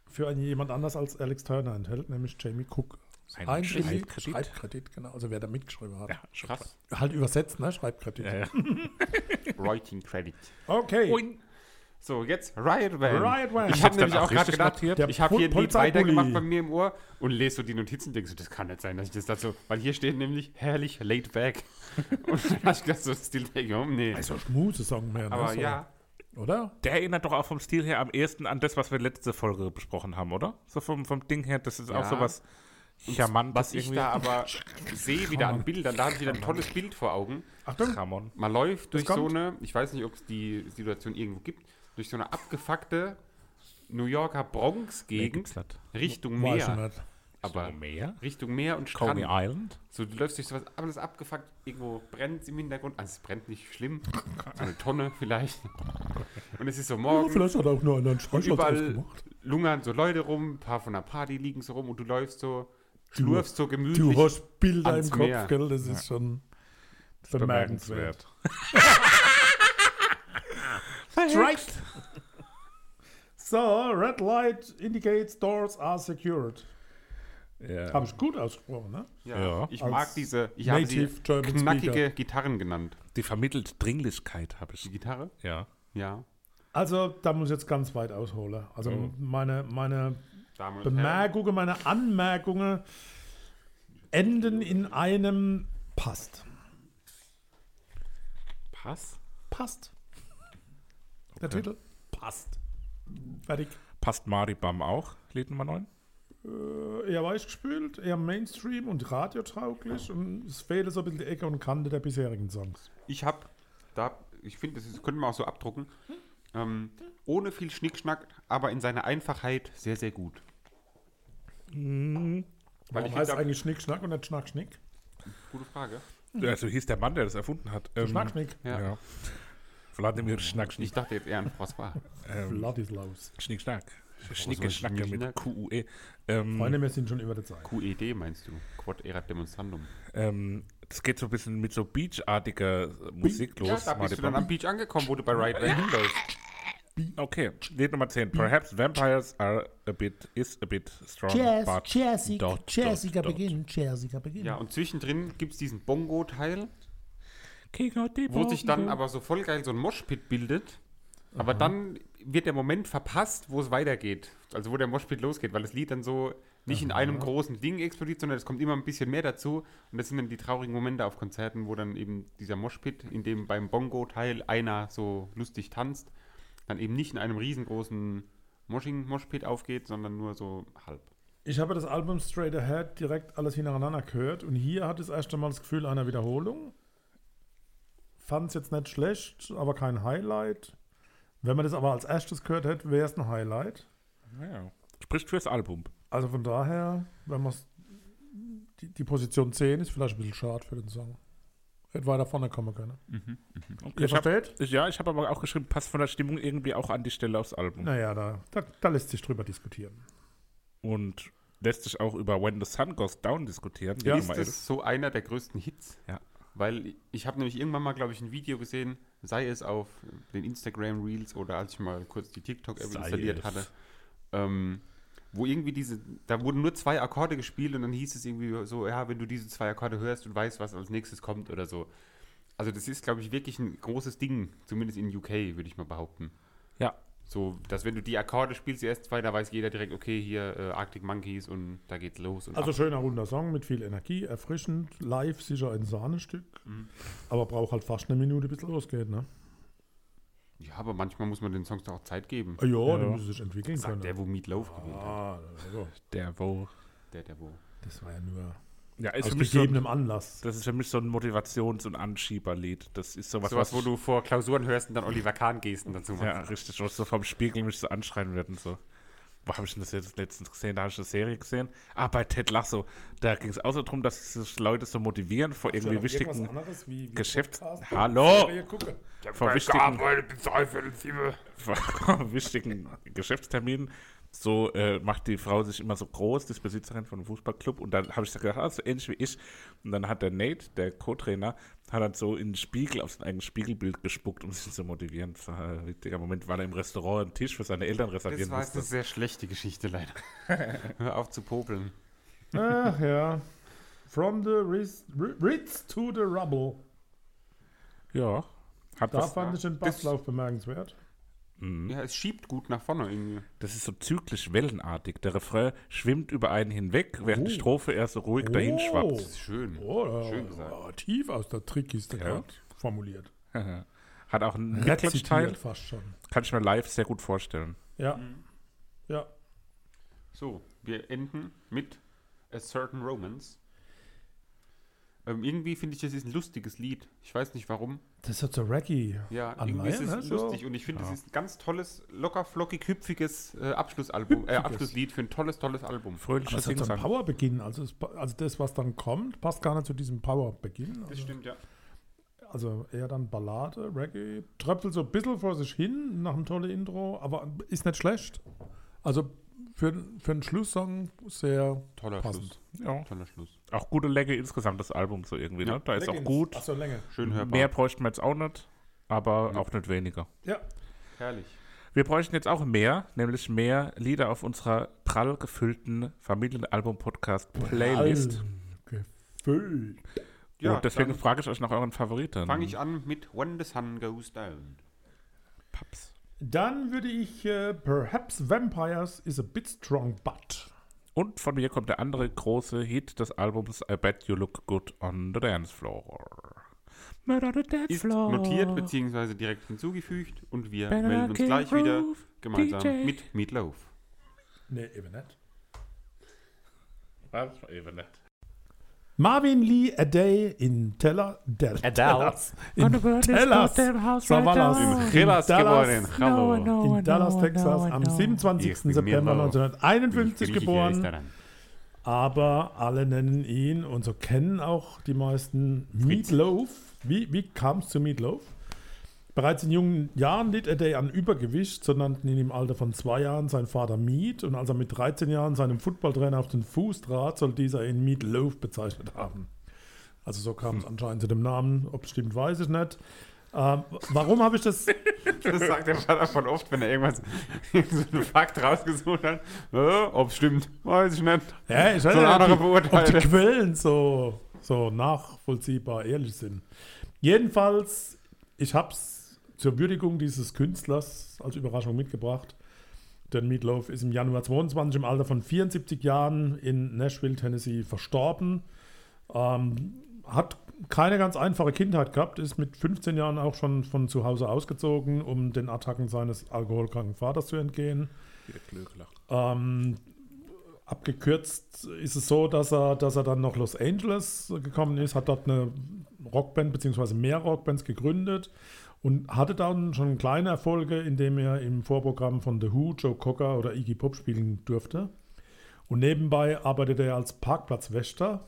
B: für einen, jemand anders als Alex Turner enthält, nämlich Jamie Cook.
A: Ein
B: Einzige-
A: Schreibkredit?
B: Schreibkredit, genau. Also wer da mitgeschrieben hat.
A: Ja, schon krass.
C: Krass.
B: Halt übersetzt, ne? Schreibkredit.
A: Ja, ja.
C: Writing Credit.
B: Okay.
C: So, jetzt Riot Van.
B: Riot Van.
C: Ich
B: Hab's
C: habe nämlich
A: dann auch
C: auch gerade
A: richtig
C: gedacht,
A: notiert.
B: Der
C: ich habe hier
B: Pol-
C: ein Lied
B: Polizeipulli.
C: weitergemacht bei mir im Ohr und lese so die Notizen und denke so, das kann nicht sein, dass ich das dazu, weil hier steht nämlich herrlich laid back. und dann habe ich gedacht, so Still Taking Home, nee.
B: Also Schmuse-Song mehr, ne?
C: aber
B: so,
C: ja,
B: Oder?
A: Der erinnert doch auch vom Stil her am ehesten an das, was wir letzte Folge besprochen haben, oder? So vom, vom Ding her, das ist auch
C: Ja.
A: sowas Charmantes
C: was ich da aber sehe wieder an Bildern, da habe ich wieder ein tolles Bild vor Augen.
B: Achtung.
A: Ramon.
C: Man läuft durch so
B: kommt.
C: eine, ich weiß nicht, ob es die Situation irgendwo gibt, durch so eine abgefuckte New Yorker Bronx-Gegend Richtung
B: War ich schon
C: Meer.
B: nicht.
C: Aber
A: Meer?
C: Richtung Meer und
A: Coney
C: Strand.
A: Island?
C: So, du läufst durch sowas, alles abgefuckt, irgendwo brennt im Hintergrund. Also, es brennt nicht schlimm. So eine Tonne vielleicht. Und es ist so
B: Ja,
C: morgen.
B: Oh, vielleicht hat er auch nur einen Streichholz
C: überall
B: aufgemacht.
C: lungern so Leute rum, ein paar von der Party liegen so rum und du läufst so,
B: Du-
C: schlurfst so gemütlich.
B: Du hast Bilder
C: ans
B: im Kopf,
C: Meer.
B: gell? Das ist schon bemerkenswert.
A: Striked!
B: So, Red Light indicates doors are secured.
A: Ja.
B: Habe ich gut ausgesprochen, ne?
C: ja,
A: Ja.
C: ich
B: Als
C: mag diese, ich habe sie
B: Native German
C: knackige
B: Speaker.
C: Gitarren genannt.
A: Die vermittelt Dringlichkeit, habe ich.
C: Die Gitarre?
A: Ja.
C: Ja.
B: Also, da muss ich jetzt ganz weit ausholen. Also,
C: Mhm.
A: Oh.
B: meine, meine
C: Damen und Herren.
B: Bemerkungen, meine Anmerkungen enden in einem passt.
A: Pass?
B: Passt. Der Titel passt. Fertig.
A: Passt Maribam auch, Lied Nummer 9?
B: Äh, eher weich gespült, eher Mainstream und radiotauglich. Und es fehlt so ein bisschen die Ecke und Kante der bisherigen Songs.
C: Ich habe da, ich finde, das ist- könnte man auch so abdrucken. Ähm, ohne viel Schnickschnack, aber in seiner Einfachheit sehr, sehr gut. Weil
B: Mhm. Warum
C: ich
B: heißt
C: find, da-
B: eigentlich Schnick, Schnack und nicht Schnack, Schnick?
C: Gute Frage.
A: Also hieß der Mann, der das erfunden hat. Ähm,
B: Schnack, Schnick.
A: Ja.
C: Ja.
A: ja. Vladimir Schnack, Schnick,
C: Ich dachte jetzt eher an François.
A: ähm,
B: Vladislaus.
A: Schnick, Schnack.
C: Oh,
A: Schnicke,
C: man
A: Schnacke mit
C: Schnick-
A: QUE. Ähm,
B: Freunde, wir sind schon über der Zeit.
C: QED E meinst du? Quod erat demonstrandum.
A: Ähm, das geht so ein bisschen mit so beachartiger Musik los.
C: ja, da bist
A: Marty
C: du dann
A: Bum.
C: am Beach angekommen, wo du bei Right Way hinläufst.
A: okay, Lied Nummer 10. Perhaps vampires are a bit, is a bit strong,
D: Jazz,
A: but
D: Jazziger,
A: dot, dot,
D: Jazziger
A: dot.
D: Beginn, Jazziger Beginn.
C: Ja, und zwischendrin gibt es diesen Bongo-Teil,
A: Kick out the
C: wo sich dann
A: bongo.
C: aber so voll geil so ein Moshpit bildet. Aber dann wird der Moment verpasst, wo es weitergeht. Also wo der Moshpit losgeht, weil das Lied dann so nicht in einem großen Ding explodiert, sondern es kommt immer ein bisschen mehr dazu. Und das sind dann die traurigen Momente auf Konzerten, wo dann eben dieser Moshpit, in dem beim Bongo-Teil einer so lustig tanzt, dann eben nicht in einem riesengroßen Moshing-Moshpit aufgeht, sondern nur so halb.
B: ich habe das Album Straight Ahead direkt alles hintereinander gehört und hier hat es erst einmal das Gefühl einer Wiederholung. Fand es jetzt nicht schlecht, aber kein Highlight. Wenn man das aber als erstes gehört hätte, wäre es ein Highlight.
A: Ja. Spricht fürs Album.
B: Also von daher, wenn man die, die Position 10 ist vielleicht ein bisschen schade für den Song. Hätte weiter vorne kommen können. Ihr
A: Ich hab,
B: versteht?
A: ich, ja, ich habe aber auch geschrieben, passt von der Stimmung irgendwie auch an die Stelle aufs Album.
B: Naja, da, da, da lässt sich drüber diskutieren.
A: Und lässt sich auch über When the Sun Goes Down diskutieren. die
B: Ja.
A: Nummer
C: ist
A: elf.
C: es so einer der größten Hits?
A: Ja.
C: Weil ich habe nämlich irgendwann mal, glaube ich, ein Video gesehen, sei es auf den Instagram Reels oder als ich mal kurz die TikTok-App
B: Sei
C: installiert
B: es.
C: hatte, ähm, wo irgendwie diese, da wurden nur zwei Akkorde gespielt und dann hieß es irgendwie so, ja, wenn du diese zwei Akkorde hörst und weißt, was als nächstes kommt oder so. Also das ist, glaube ich, wirklich ein großes Ding, zumindest in UK, würde ich mal behaupten.
A: Ja.
C: So, dass wenn du die Akkorde spielst, die ersten zwei, da weiß jeder direkt, okay, hier äh, Arctic Monkeys und da geht's los. Und
B: Also
C: ab.
B: schöner, runder Song mit viel Energie, erfrischend, live sicher ein Sahnestück. Aber braucht halt fast eine Minute, bis es losgeht, ne?
C: ja, aber manchmal muss man den Songs doch auch Zeit geben.
B: Ah, Ja, ja. genau.
A: Ja.
B: die müssen sich entwickeln
C: Sagt der,
B: können.
C: wo Meatloaf gewählt hat.
B: Ah, also,
A: Der wo.
C: Der, der wo.
B: das war ja nur
A: Ja, ist
B: aus
A: für mich so ein,
B: gegebenem Anlass.
A: das ist für mich so ein Motivations- und Anschieberlied. Das ist sowas,
C: Sowas, wo du vor Klausuren hörst und dann Oliver Kahn-Gesten dazu machst.
A: Ja, also, richtig. Was so vom Spiegel mich so anschreien werden. So. Wo habe ich denn das jetzt letztens gesehen? Da habe ich eine Serie gesehen. Ah, bei Ted Lasso. Da ging es auch so darum, dass sich Leute so motivieren vor irgendwie wichtigen. Geschäfts- Podcast und Hallo!
C: Oh!
A: Serie Vor wichtigen, vor wichtigen Geschäftsterminen. So äh, macht die Frau sich immer so groß, die ist Besitzerin von einem Fußballclub. Und dann habe ich so gedacht, ah, so ähnlich wie ich. Und dann hat der Nate, der Co-Trainer, hat dann so in den Spiegel, auf sein eigenes Spiegelbild gespuckt, um sich zu motivieren. Das war ein witziger Moment, weil er im Restaurant einen Tisch für seine Eltern reservieren
C: Das war jetzt
A: musste.
C: eine sehr schlechte Geschichte, leider. Hör auf zu popeln.
B: Ach ja. From the Ritz, Ritz to the Rubble.
A: Ja. Hat
B: Da
A: was,
B: fand ich den
C: Das-
B: Basslauf bemerkenswert.
C: Ja, es schiebt gut nach vorne irgendwie.
A: das ist so zyklisch wellenartig. Der Refrain schwimmt über einen hinweg, während die
B: Oh.
A: Strophe eher so ruhig dahin schwappt.
C: Das ist schön.
B: Oh, da-
C: Schön gesagt.
B: oh, tief aus der Trickkiste
A: Ja.
B: gerade formuliert.
A: Hat auch einen
B: Rezitiert
A: Teil.
C: halt.
B: fast schon. Mhm.
A: Kann ich mir live sehr gut vorstellen.
B: Ja. Ja.
C: So, wir enden mit A Certain Romance. Ähm, irgendwie finde ich, das ist ein lustiges Lied. Ich weiß nicht warum.
B: Das hat so Reggae.
C: Ja,
B: Anleihen,
C: irgendwie ist es
B: ne?
C: lustig
B: So.
C: und ich finde, es ist ein ganz tolles, locker, flockig, hüpfiges äh, Abschlussalbum, äh,
B: Hüpfiges.
C: Abschlusslied für ein tolles, tolles Album.
A: Fröhliches
B: Das hat so einen
A: Singsang.
B: Powerbeginn. Also, es, pa- also das, was dann kommt, passt gar nicht zu diesem Powerbeginn.
C: Das
B: Also,
C: stimmt, ja.
B: also eher dann Ballade, Reggae. Tröpfelt so ein bisschen vor sich hin nach einem tollen Intro, aber ist nicht schlecht. Also für, für einen Schlusssong sehr
C: Toller
B: passend.
C: Schluss.
A: Ja.
C: Toller Schluss.
A: Auch gute Länge insgesamt das Album so irgendwie. Ne?
C: Ja.
A: Da ist auch gut.
B: Achso, Länge.
C: Schön hörbar.
A: Mehr bräuchten wir jetzt auch nicht, aber
C: Ja.
A: auch nicht weniger.
B: Ja.
C: Herrlich.
A: Wir bräuchten jetzt auch mehr, nämlich mehr Lieder auf unserer prall gefüllten Familienalbum-Podcast-Playlist.
B: Gefüllt.
A: Und deswegen frage ich euch nach euren Favoriten.
C: fange ich an mit When the Sun Goes Down.
A: Paps.
B: Dann würde ich äh, Perhaps Vampires is a bit strong, but.
A: Und von mir kommt der andere große Hit des Albums I Bet You Look Good on the Dance Floor. Murder the Dance
C: Ist notiert bzw. direkt hinzugefügt und wir
A: Better
C: melden uns
A: King
C: gleich wieder
A: Groove,
C: gemeinsam
A: DJ.
C: mit Meatloaf.
B: Nee, eben nicht.
A: Was? Eben nicht.
B: Marvin Lee A Day in Teller. Der, Dallas. In
D: Oh,
B: Dallas. Savallas.
D: Savallas.
C: Hallo.
D: Oh,
B: In Dallas, Texas, am 27.
C: Ich bin
B: September
C: Mirlo.
B: 1951
C: Ich rieche, wer ist da
B: geboren.
C: dann?
B: Aber alle nennen ihn und so kennen auch die meisten
C: Fritz.
B: Meatloaf. Wie, wie kam es zu Meatloaf? Bereits in jungen Jahren litt Aday an Übergewicht, so nannten ihn im Alter von zwei Jahren sein Vater Meat. Und als er mit 13 Jahren seinem Footballtrainer auf den Fuß trat, soll dieser ihn Meatloaf bezeichnet haben. Also so kam es anscheinend zu dem Namen. Ob es stimmt, weiß ich nicht. Ähm, warum habe ich das
C: Das sagt der Vater von oft, wenn er irgendwas so einen Fakt rausgesucht hat. Äh, Ob stimmt, weiß ich nicht.
B: Ja, ich weiß
C: Sollen
B: ja,
C: andere
B: ob die-
C: beurteilen.
B: Ob die Quellen so, so nachvollziehbar ehrlich sind. Jedenfalls, ich habe es zur Würdigung dieses Künstlers als Überraschung mitgebracht. Denn Meatloaf ist im Januar 22 im Alter von 74 Jahren in Nashville, Tennessee verstorben. Ähm, hat keine ganz einfache Kindheit gehabt, ist mit 15 Jahren auch schon von zu Hause ausgezogen, um den Attacken seines alkoholkranken Vaters zu entgehen. Ähm, Abgekürzt ist es so, dass er, dass er dann nach Los Angeles gekommen ist, hat dort eine Rockband bzw. mehr Rockbands gegründet und hatte dann schon kleine Erfolge, indem er im Vorprogramm von The Who, Joe Cocker oder Iggy Pop spielen durfte. Und nebenbei arbeitete er als Parkplatzwächter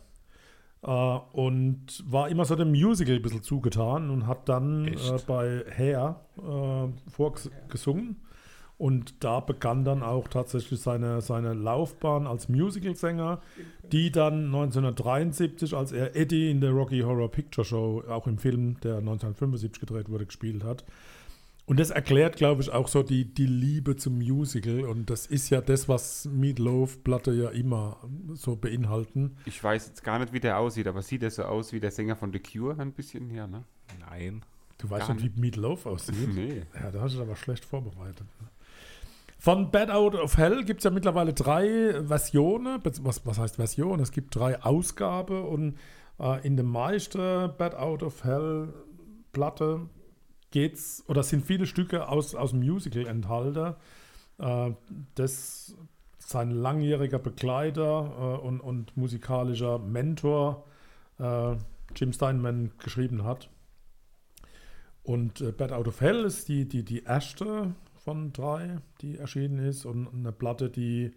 B: äh, und war immer so dem Musical ein bisschen zugetan und hat dann äh,
C: Echt?
B: bei Hair äh, vorgesungen. Und da begann dann auch tatsächlich seine, seine Laufbahn als Musicalsänger, die dann 1973, als er Eddie in der Rocky Horror Picture Show, auch im Film, der 1975 gedreht wurde, gespielt hat. Und das erklärt, glaube ich, auch so die, die Liebe zum Musical. Und das ist ja das, was Meatloaf-Platte ja immer so beinhalten.
C: Ich weiß jetzt gar nicht, wie der aussieht, aber sieht er so aus wie der Sänger von The Cure ein bisschen? Ja, ne?
A: Nein.
B: Du weißt
C: Gar
B: schon, wie Meatloaf aussieht.
C: Nee.
B: Ja, da hast du aber schlecht vorbereitet. ne? Von Bad Out of Hell gibt es ja mittlerweile drei Versionen. bez- Was, was heißt Version? Es gibt drei Ausgaben und äh, in der meisten Bad Out of Hell Platte geht's oder sind viele Stücke aus, aus dem Musical enthalten. Äh, das sein langjähriger Begleiter äh, und, und musikalischer Mentor äh, Jim Steinman geschrieben hat. Und äh, Bad Out of Hell ist die, die, die erste von drei, die erschienen ist und eine Platte, die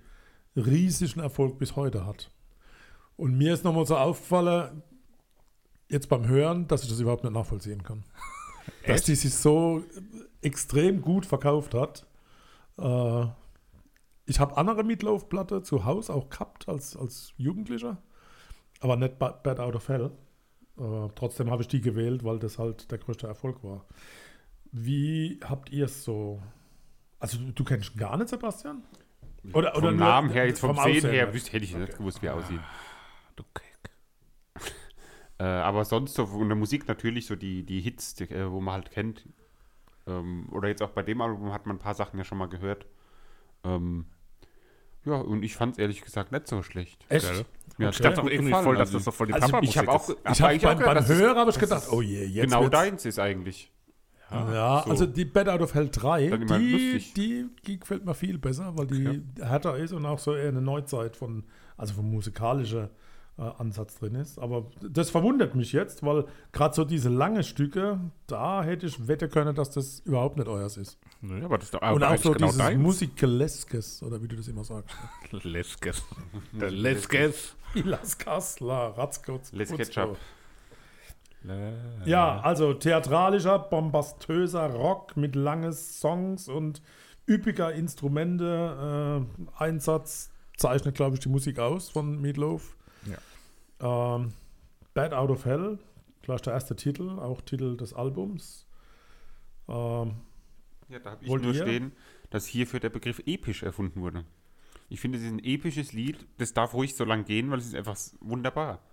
B: riesigen Erfolg bis heute hat. Und mir ist nochmal so aufgefallen, jetzt beim Hören, dass ich das überhaupt nicht nachvollziehen kann. dass die sich so extrem gut verkauft hat. Äh, ich habe andere Meatloaf-Platte zu Hause auch gehabt als, als Jugendlicher, aber nicht Ba- Bad Out of Hell. Äh, trotzdem habe ich die gewählt, weil das halt der größte Erfolg war. Wie habt ihr es so? Also du, du kennst gar nicht, Sebastian? Oder,
C: vom
B: nur- äh,
C: Namen her, jetzt vom, Sehen
B: Aussehen
C: her,
B: her?
C: wüsste, hätte ich nicht gewusst, wie er aussieht.
A: Du Kek.
C: Äh, aber sonst so von der Musik natürlich so die, die Hits, die, äh, wo man halt kennt. Ähm, oder jetzt auch bei dem Album hat man ein paar Sachen ja schon mal gehört. Ähm, ja, und ich fand es ehrlich gesagt nicht so schlecht.
B: Echt?
A: Gell?
C: Ja,
A: Ich dachte
C: hat
A: auch
C: mir
A: irgendwie
C: gefallen.
A: voll, dass das
C: Also,
A: so voll die
B: also ich
A: Papa-Musik
C: Ich habe auch,
A: ist.
B: Ich
C: hab
B: habe
C: eigentlich
B: beim,
C: auch
B: beim
C: gedacht, dass es
B: Hören habe ich gedacht, oh je, jetzt
C: genau
B: wird's-
C: deins ist eigentlich.
B: Ja,
C: so.
B: also die Bad Out of Hell 3,
C: Dann immer
B: die,
C: lustig.
B: die, die gefällt mir viel besser, weil die härter ist und auch so eher eine Neuzeit von, also vom musikalischen äh, Ansatz drin ist. Aber das verwundert mich jetzt, weil gerade so diese lange Stücke, da hätte ich wetten können, dass das überhaupt nicht euers ist.
A: Nö, aber das ist doch
B: und auch
A: eigentlich
B: so
A: genau
B: dieses
A: dein.
B: Musikaleskes, oder wie du das immer sagst.
A: Leskes. Der Leskes.
B: Ilas Kassler, Ratzkotz.
C: Les
B: Putzko.
C: Ketchup.
B: Ja, also theatralischer, bombastöser Rock mit langen Songs und üppiger Instrumente. Äh, Einsatz zeichnet, glaube ich, die Musik aus von Meatloaf. Ähm, Bad Out of Hell, gleich der erste Titel, auch Titel des Albums. Ähm,
C: Ja, da habe ich
B: Wollt
C: nur
B: ihr?
C: stehen, dass hierfür der Begriff episch erfunden wurde. Ich finde, es ist ein episches Lied. Das darf ruhig so lang gehen, weil es ist einfach s- wunderbar.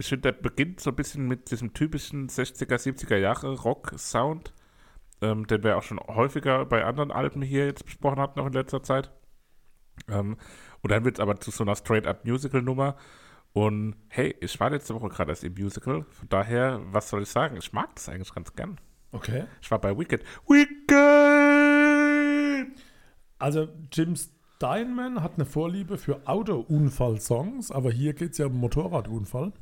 A: Ich finde, der beginnt so ein bisschen mit diesem typischen 60er, 70er Jahre Rock-Sound, ähm, den wir auch schon häufiger bei anderen Alben hier jetzt besprochen hatten, auch in letzter Zeit. Ähm, und dann wird es aber zu so einer Straight-Up-Musical-Nummer. Und hey, ich war letzte Woche gerade erst im Musical. Von daher, was soll ich sagen? Ich mag das eigentlich ganz gern.
B: okay.
A: Ich war bei Wicked. Wicked!
B: Also Jim Steinman hat eine Vorliebe für Autounfall-Songs, aber hier geht es ja um einen Motorradunfall.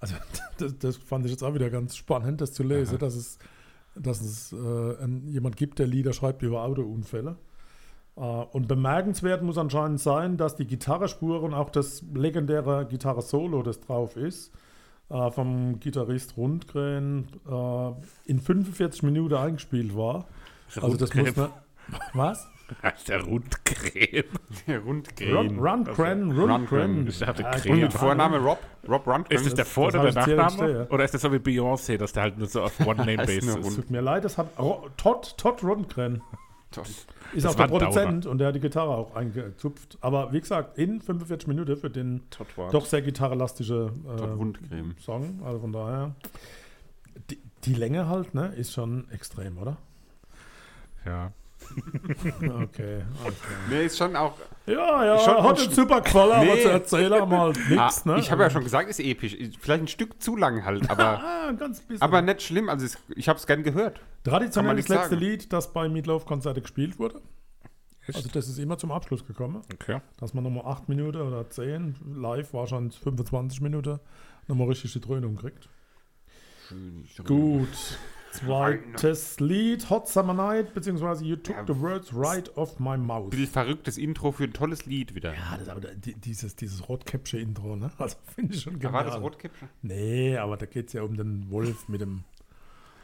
B: Also das, das fand ich jetzt auch wieder ganz spannend, das zu lesen, dass es, dass es äh, ein, jemand gibt, der Lieder schreibt über Autounfälle. Äh, und bemerkenswert muss anscheinend sein, dass die Gitarrespur und auch das legendäre Gitarre-Solo, das drauf ist, äh, vom Gitarrist Rundgren äh, in 45 Minuten eingespielt war. Also das muss
A: Rundgren.
B: man... Was?
A: Der Rundcreme.
C: Rundgren.
B: Run, Rundgren, Rundgren.
A: Ich dachte,
B: Ah,
A: Creme.
C: Und
A: Ja.
C: mit Vorname Rob. Rob Rundgren.
A: Ist das der
B: Das-
A: Vor-
B: das
A: oder
B: hab ich
A: der
B: jetzt hier
A: Nachname?
B: nicht, ja.
A: Oder ist das so wie Beyoncé, dass der halt nur so auf
C: Ist
A: One-Name-Base
C: nur
A: ist?
C: Rund-
B: Tut mir leid, das hat Ro- Todd, Todd Rundgren ist
A: Das
B: auch
A: war
B: der
A: ein
B: Produzent und der hat die Gitarre auch eingezupft. Aber wie gesagt, in 45 Minuten für den
A: Todd Ward.
B: doch sehr gitarrelastische
C: Todd
B: äh,
C: Rundgren.
B: Song. Also von daher, die, die Länge halt, ne, ist schon extrem, oder?
A: Ja.
B: Okay. alles klar.
C: Nee, ist schon auch.
B: ja, ja,
C: Schon-
B: hat einen super Qualler, aber
C: Nee.
B: zu erzählen mal nichts,
C: ah,
B: ne?
C: Ich habe ja schon gesagt, ist episch. Ist Vielleicht ein Stück zu lang halt, aber,
B: Ah, ein ganz bisschen.
C: aber nicht schlimm. Also es- ich habe es gern gehört.
B: Traditionell das
C: nichts
B: letzte
C: sagen.
B: Lied, das bei Meatloaf-Konzerte gespielt wurde.
A: Echt?
B: Also das ist immer zum Abschluss gekommen,
A: okay.
B: dass man nochmal 8 Minuten oder 10, live wahrscheinlich 25 Minuten, nochmal richtig die Dröhnung kriegt.
C: Schön. ich-
B: Gut. Zweites Lied, Hot Summer Night, beziehungsweise You Took the Words Right Off My Mouth.
C: Ein bisschen verrücktes Intro für ein tolles Lied wieder.
B: Ja, das, aber die- dieses, dieses Rotkäppchen-Intro, ne? Also finde ich schon
C: Da
B: genial.
C: war das Rotkäppchen.
B: Nee, aber da geht es ja um den Wolf mit dem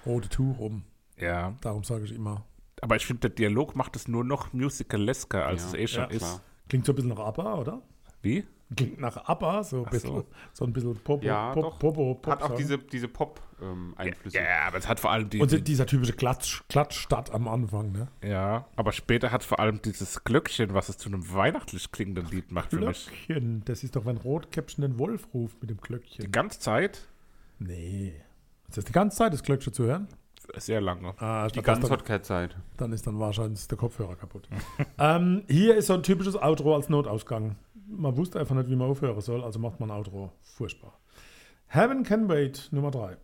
B: roten Tuch um.
A: Ja.
B: Darum sage ich immer.
A: Aber ich finde, der Dialog macht es nur noch musicalesker, als
C: Ja,
A: es eh schon
B: ja,
A: ist.
C: klar.
B: Klingt so ein bisschen nach ABBA, oder?
A: Wie?
B: Klingt nach ABBA, so ein
A: Ach
B: bisschen, so.
A: so.
B: ein bisschen Popo,
C: Ja,
B: Pop,
C: doch.
B: Popo, Pop
C: Hat auch diese, diese ähm, Pop-Einflüsse.
A: Ja, aber es hat vor allem die.
B: Und dieser typische Klatsch, Klatschstadt am Anfang, ne?
A: ja, aber später hat vor allem dieses Glöckchen, was es zu einem weihnachtlich klingenden Lied macht für mich.
B: Glöckchen, das ist doch, wenn Rotkäppchen den Wolf ruft mit dem
A: Die
B: Glöckchen.
A: ganze Zeit
B: Nee. Ist das die ganze Zeit das Glöckchen zu hören?
A: sehr lange.
B: Ah, ich
C: Die
B: glaub, das
C: ganze
B: dann,
C: Hotcat-Zeit.
B: dann ist dann wahrscheinlich der Kopfhörer kaputt. ähm, hier ist so ein typisches Outro als Notausgang. Man wusste einfach nicht, wie man aufhören soll, also macht man ein Outro. Furchtbar. Heaven Can Wait, Nummer 3.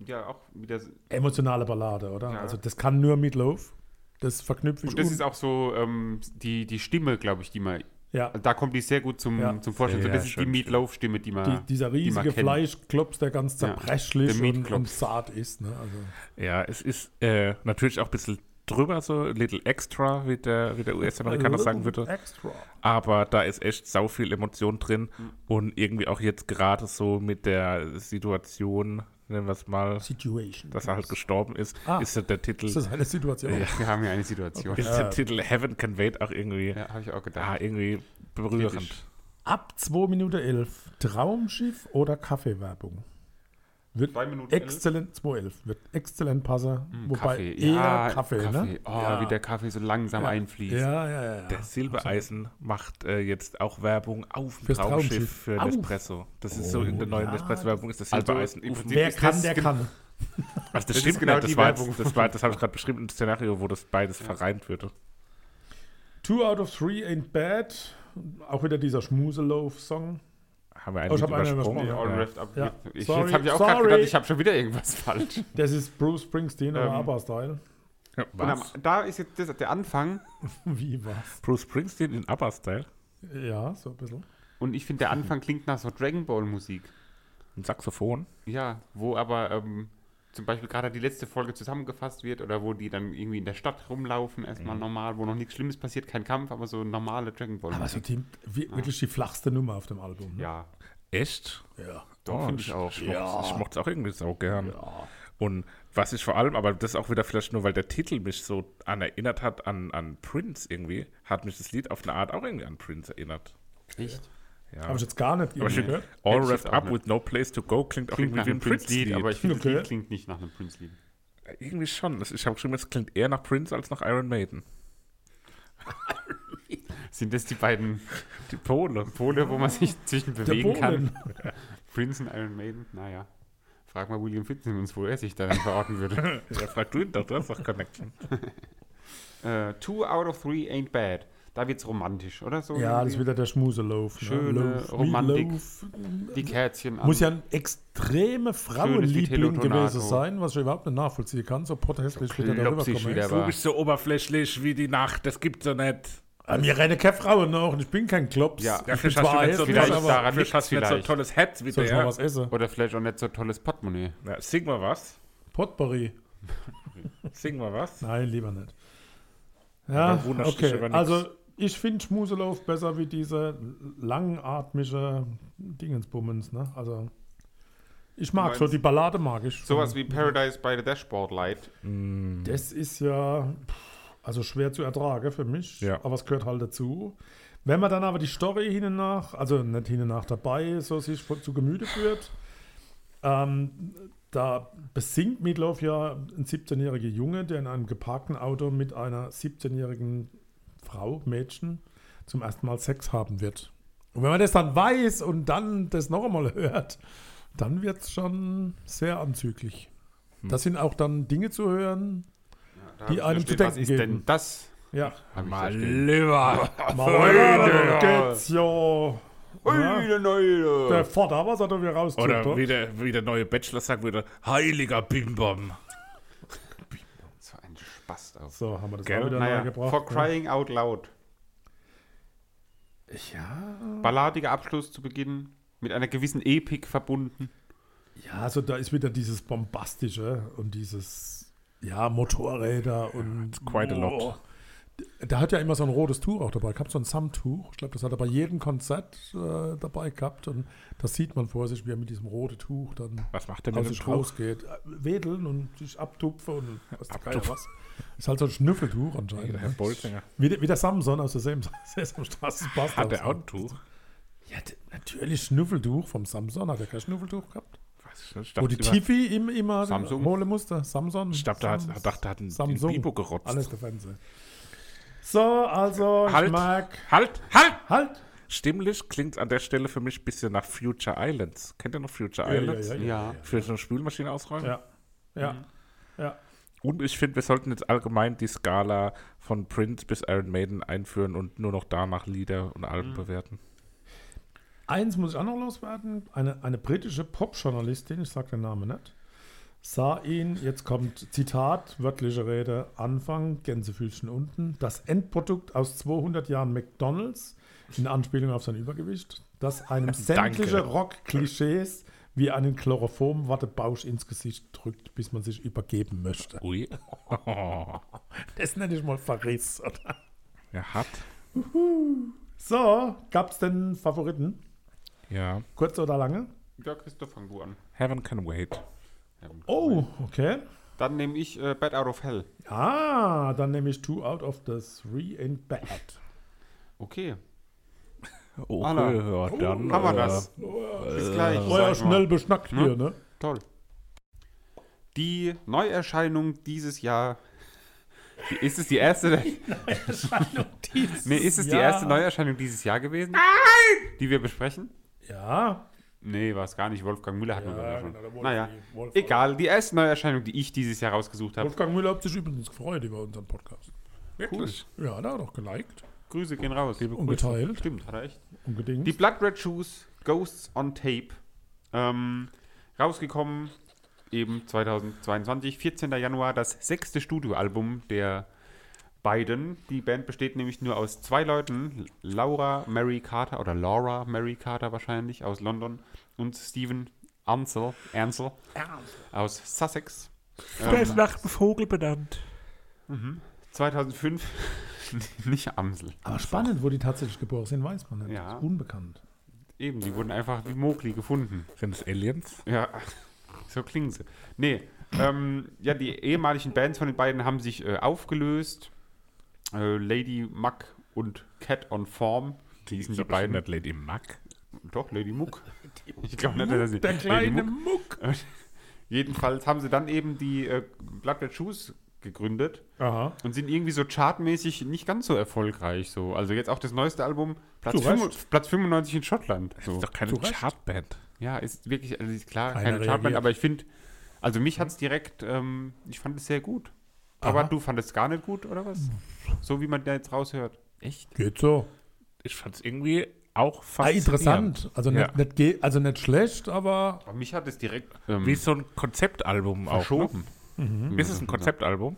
C: Ja, auch wieder. Und
B: Emotionale Ballade, oder?
C: Ja.
B: Also das kann nur Meatloaf. Das verknüpfe ich.
C: das
B: un-
C: ist auch so ähm, die, die Stimme, glaube ich, die man.
B: ja,
C: Da kommt die sehr gut zum,
B: Ja.
C: zum Vorschein. So,
A: Ja,
C: das ist die
A: schön,
C: Meatloaf-Stimme, die man.
B: die, dieser
C: Ah, die man
B: riesige
C: kennt.
B: Fleischklops, der ganz
C: Ja,
B: zerbrechlich
C: der
B: und, und
C: Meatklops.
B: zart ist. Ne? Also,
A: Ja, es ist äh, natürlich auch ein bisschen drüber, so little extra, wie der, wie der
B: Äh,
A: US-Amerikaner sagen würde.
B: Extra.
A: Aber da ist echt sau viel Emotion drin und irgendwie auch jetzt gerade so mit der Situation, nennen wir es mal,
B: Situation.
A: dass er halt gestorben ist,
B: Ah.
A: ist ja der Titel,
B: Ist das eine Situation?
C: Wir haben ja eine Situation.
A: ist der Titel Heaven Can Wait auch irgendwie,
C: Ja, habe ich auch
A: ah,
C: gedacht.
A: irgendwie berührend.
C: Kritisch.
B: Ab 2 Minuten 11, Traumschiff oder Kaffeewerbung? Wird
C: Zwei Minuten
B: exzellent, 2.11, wird exzellent passen, wobei eher
C: Hm, Ja,
B: Kaffee, ne?
C: Oh,
B: ja.
C: wie der Kaffee so langsam einfließt.
B: ja, ja, ja, ja.
A: Der Silbereisen macht äh, jetzt auch Werbung auf dem
B: Fürs
A: Traumschiff,
B: Traumschiff.
A: für
B: Auf.
A: Nespresso. Das ist so in der neuen Nespresso-Werbung ist das
C: Also
A: Silbereisen
C: im
A: auf dem-
C: Prinzip-
B: Wer
C: ist
B: kann,
C: das
B: der
C: gen-
B: kann.
A: Also das,
C: Das
A: stimmt
C: ist genau
A: nicht, das
C: die
A: war
C: Werbung.
A: Jetzt, das war, das habe ich gerade beschrieben, ein Szenario, wo das beides vereint würde.
B: Two out of three ain't bad. Auch wieder dieser Schmuseloaf-Song.
A: Haben wir einen
B: Oh, ich hab einen
A: übersprungen?
B: übersprungen,
C: All
A: ja.
C: wrapped up.
B: Ja.
C: Ich,
B: Sorry,
C: jetzt habe ich auch gerade
B: sorry.
C: gedacht, ich habe schon wieder irgendwas falsch.
B: Das ist Bruce Springsteen, aber
C: Ähm.
B: ABBA-Style.
A: Ja,
C: Und am,
A: was?
C: Genau, da ist jetzt das, der Anfang.
B: Wie was?
A: Bruce Springsteen in ABBA-Style?
B: Ja, so ein bisschen.
C: Und ich finde, der Anfang klingt nach so Dragon Ball Musik.
A: Ein Saxophon?
C: Ja, wo aber ähm, zum Beispiel gerade die letzte Folge zusammengefasst wird oder wo die dann irgendwie in der Stadt rumlaufen,
B: Mhm.
C: erstmal normal, wo noch nichts Schlimmes passiert, kein Kampf, aber so normale Dragon Ball
B: Aber so
C: Musik.
B: die, wie, wirklich die flachste Nummer auf dem Album. Ne?
C: Ja,
A: Echt? Oh,
B: Ja.
C: doch, finde ich auch.
A: Ich, mochte- ich mochte es auch irgendwie so gern. Und was ich vor allem, aber das ist auch wieder vielleicht nur, weil der Titel mich so an erinnert hat an, an Prince irgendwie, hat mich das Lied auf eine Art auch irgendwie an Prince erinnert.
C: Echt?
A: Ja.
B: Habe ich jetzt gar nicht
A: Aber ich finde,
B: irgendwie gehört.
A: All
C: Hätte ich
A: Wrapped
C: jetzt auch
A: Up
C: nicht.
A: with No Place to Go klingt auch
C: Klingt
A: irgendwie
C: nach
A: wie
C: einem
A: ein Prince-Lied.
C: Prince-Lied, aber ich finde,
B: Okay.
C: das Lied klingt nicht nach einem Prince-Lied.
A: irgendwie schon. Das- Ich habe geschrieben, es klingt eher nach Prince als nach Iron Maiden.
C: Sind das die beiden
A: Die Pole.
C: Pole, wo man sich zwischen bewegen
B: Polen.
C: kann? Prince und Iron Maiden? Naja. Frag mal William Fitzsimmons, wo er sich da dann verorten würde.
A: Ja, frag du ihn doch, du hast doch Connection.
C: äh, two out of three ain't bad. Da wird's romantisch, oder so?
B: Ja, das ist
C: irgendwie?
B: wieder der Schmuselauf.
C: Schöne
B: Loaf,
C: Romantik.
B: Meatloaf.
C: Die Kerzchen an.
B: Muss ja ein extreme Frauenliebling
C: Schönes wie
B: gewesen
C: Telotonato.
B: sein, was ich überhaupt nicht nachvollziehen kann. So protestlich so wieder darüber
C: klopsig wieder
B: kommen.
C: war.
A: Du bist so oberflächlich wie die Nacht, das gibt's ja nicht.
B: Ah, Mir rennen keine Frauen noch und ich bin kein Klops.
C: Ja,
B: ich bin
A: vielleicht
B: zwar
A: hast du nicht so,
B: hässlich,
C: vielleicht
A: tolles-
B: aber
C: daran
A: vielleicht hast du nicht so ein
C: vielleicht.
A: tolles Head wie
B: soll ich mal
A: der.
B: was essen?
C: Oder vielleicht auch nicht so tolles Portemonnaie.
A: Na, sing mal was.
B: Potpourri.
A: Sing mal was.
B: Nein, lieber nicht. Ja,
A: Oder wunderst dich
B: okay.
A: über nix.
B: Also, ich finde Schmuselauf besser wie diese langatmische Dingensbummens. Ne? Also, ich mag
C: meinst-
B: so, die Ballade mag ich.
C: Sowas wie Paradise by the Dashboard Light.
B: Das ist ja pff, also schwer zu ertragen für mich,
A: Ja.
B: aber es gehört halt dazu. Wenn man dann aber die Story hin und nach, also nicht hin und nach dabei, so sich von- zu Gemüte führt, ähm, da besingt Meatloaf ja ein 17-jähriger Junge, der in einem geparkten Auto mit einer 17-jährigen Frau, Mädchen, zum ersten Mal Sex haben wird. Und wenn man das dann weiß und dann das noch einmal hört, dann wird es schon sehr anzüglich. Das sind auch dann Dinge zu hören.
C: Da
B: Die
C: hab ich
B: einem
C: versteht,
B: zu denken
C: Was ist
B: geben.
C: denn das?
B: Ja.
C: Hab ich
A: Mal
C: versteht.
A: lieber.
B: Mal geht's ja.
C: Ui,
B: Ja,
C: der Neue.
B: Der Vater, was hat er wieder rausgezogen?
A: Oder wie der, wie der neue Bachelor sagen würde, heiliger Bimbam.
C: So ein Sch- Spaß auf.
B: So, haben wir das
A: Gell?
B: auch wieder
C: Naja,
B: neu gebracht.
C: for crying out loud.
B: Ja,
C: Balladiger Abschluss zu Beginn, mit einer gewissen Epik verbunden.
B: ja, also da ist wieder dieses Bombastische und dieses, ja, Motorräder und.
A: quite a lot.
B: Boah. Der hat ja immer so ein rotes Tuch auch dabei gehabt, so ein Samtuch. Ich glaube, das hat er bei jedem Konzert äh, dabei gehabt. Und das sieht man vor sich, wie er mit diesem roten Tuch dann
A: Was macht der mit
B: aus
A: dem
B: sich
A: Tuch?
B: rausgeht. Äh, Wedeln und sich abtupfen und was der Geier
A: Abtupfen.
B: was. Ist halt so ein Schnüffeltuch anscheinend.
A: Der Herr
B: ne?
A: Bolzinger.
B: Wie, der- wie der Samson aus der Sam Sesamstraße passt.
A: Hat der auch ein Tuch?
B: Ja, d- natürlich Schnüffeltuch vom Samson. Hat er kein Schnüffeltuch gehabt?
A: Weiß ich nicht. Ich
B: Wo
A: dachte
B: die
A: immer-
B: Tiffy ihm immer
C: Samsung.
B: holen musste. Samson.
A: ich dachte, er
B: Sams-
A: hat- dachte, er hat einen einen
B: Samsung.
A: Bibo gerotzt.
B: Alles der Fernseher. So, also ich
A: Halt.
B: mag...
A: Halt, halt!
B: Halt!
A: Stimmlich klingt an der Stelle für mich ein bisschen nach Future Islands. Kennt ihr noch Future Islands?
B: ja,
C: Ja.
A: Für so eine Spülmaschine ausräumen?
B: Ja. Ja. ja.
A: Und ich finde, wir sollten jetzt allgemein die Skala von Prince bis Iron Maiden einführen und nur noch danach Lieder und
B: Mhm.
A: Alben bewerten.
B: Eins muss ich auch noch loswerden. Eine, eine britische Pop-Journalistin, ich sage den Namen nicht, sah ihn, jetzt kommt Zitat, wörtliche Rede, Anfang, Gänsefüßchen unten, das Endprodukt aus 200 Jahren McDonalds, in Anspielung auf sein Übergewicht, das einem sämtliche Rock-Klischees wie einen Chloroform-Wattebausch ins Gesicht drückt, bis man sich übergeben möchte.
A: Ui.
B: Das nenne ich mal Verriss, oder?
A: Er hat.
B: So, gab es denn Favoriten?
A: Ja.
B: Kurz oder lange?
C: Ja, Christoph, fang du an.
A: Heaven can wait.
C: Ja, gut.
B: Oh, okay.
C: Dann nehme ich äh, Bad Out of Hell.
B: Ah, dann nehme ich Two Out of the Three and Bad.
C: Okay,
A: Oh,
C: Anna.
A: ja, dann.
C: haben wir
A: äh,
C: das. Bis gleich.
B: War ja
C: sag ich mal.
B: schnell beschnackt hier, ne?
C: Toll. Die Neuerscheinung dieses Jahr. Ist es die erste? nee, ist es die
B: Jahr.
C: erste Neuerscheinung dieses Jahr gewesen? Die wir besprechen?
B: Ja.
C: Nee, war es gar nicht. Wolfgang Müller hatten wir
B: Ja,
C: gerade schon.
B: genau, der Wolf-
C: naja,
B: Wolf-
C: egal. Die erste Neuerscheinung, die ich dieses Jahr rausgesucht habe.
B: Wolfgang Müller hat sich übrigens gefreut über unseren Podcast.
A: Wirklich?
B: Ja, da hat er doch geliked
C: Grüße gehen raus.
B: und geteilt
C: Stimmt, hat er echt.
B: und gedingt.
C: Die Blood Red Shoes Ghosts on Tape. Ähm, rausgekommen eben 2022, 14. Januar, das sechste Studioalbum der beiden. Die Band besteht nämlich nur aus zwei Leuten: Laura Mary Carter oder Laura Mary Carter wahrscheinlich aus London und Stephen Ansel, Ansel aus Sussex.
A: Der ist nach dem Vogel benannt.
C: 2005, nicht Amsel.
B: Aber spannend, wo die tatsächlich geboren sind, weiß man nicht.
C: Ja.
B: Ist unbekannt.
C: Eben, die wurden einfach wie Mowgli gefunden.
A: Sind es Aliens?
C: Ja, so klingen sie. Nee, ähm, ja, die ehemaligen Bands von den beiden haben sich äh, aufgelöst. Äh, Lady Muck und Cat on Form. Die sind die
A: glaub,
C: beiden.
A: nicht Lady Mack.
C: Doch, Lady Muck. Ich glaube nicht, dass sie
B: Der kleine
C: Muck.
B: Muck.
C: Jedenfalls haben sie dann eben die äh, Blood Red Shoes gegründet
B: Aha.
C: und sind irgendwie so chartmäßig nicht ganz so erfolgreich. So. Also jetzt auch das neueste Album, Platz,
B: Zu Recht.
C: 5, Platz 95 in Schottland. So.
A: Ist doch keine
B: Zu Recht.
A: Chartband.
C: Ja, ist wirklich, also ist klar,
B: Keiner
C: keine Chartband,
B: reagiert.
C: aber ich finde, also mich hat es direkt, ähm, ich fand es sehr gut. Aber
B: Aha.
C: du fandest gar nicht gut, oder was? So wie man da jetzt raushört. Echt?
B: Geht so.
A: Ich fand es irgendwie auch
B: Ah,
A: faszinierend.
B: interessant. Also
A: Ja.
B: nicht, nicht, ge- also nicht schlecht, aber
C: Aber mich hat es direkt ähm,
A: Wie so ein Konzeptalbum auch. Ne?
C: verschoben. Mhm.
A: Ist es ein Konzeptalbum?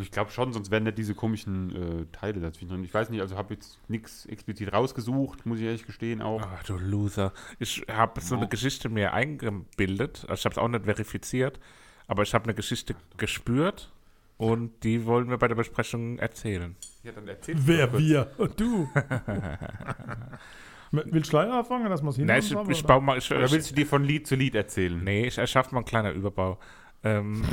C: Ich glaube schon, sonst wären nicht diese komischen äh, Teile dazwischen drin. Ich weiß nicht, also habe jetzt nichts explizit rausgesucht, muss ich ehrlich gestehen auch.
A: Ah, du Loser. Ich habe so eine Geschichte mir eingebildet. Also ich habe es auch nicht verifiziert, aber ich habe eine Geschichte gespürt und die wollen wir bei der Besprechung erzählen.
C: Ja, dann erzähl
B: wer wir? Und du. Willst du gleich anfangen, dass wir es
A: Nein, ich, ich baue mal. Ich,
C: Oder
A: ich,
C: willst du dir von Lied zu Lied erzählen?
A: nee, ich erschaffe mal einen kleinen Überbau. Ähm,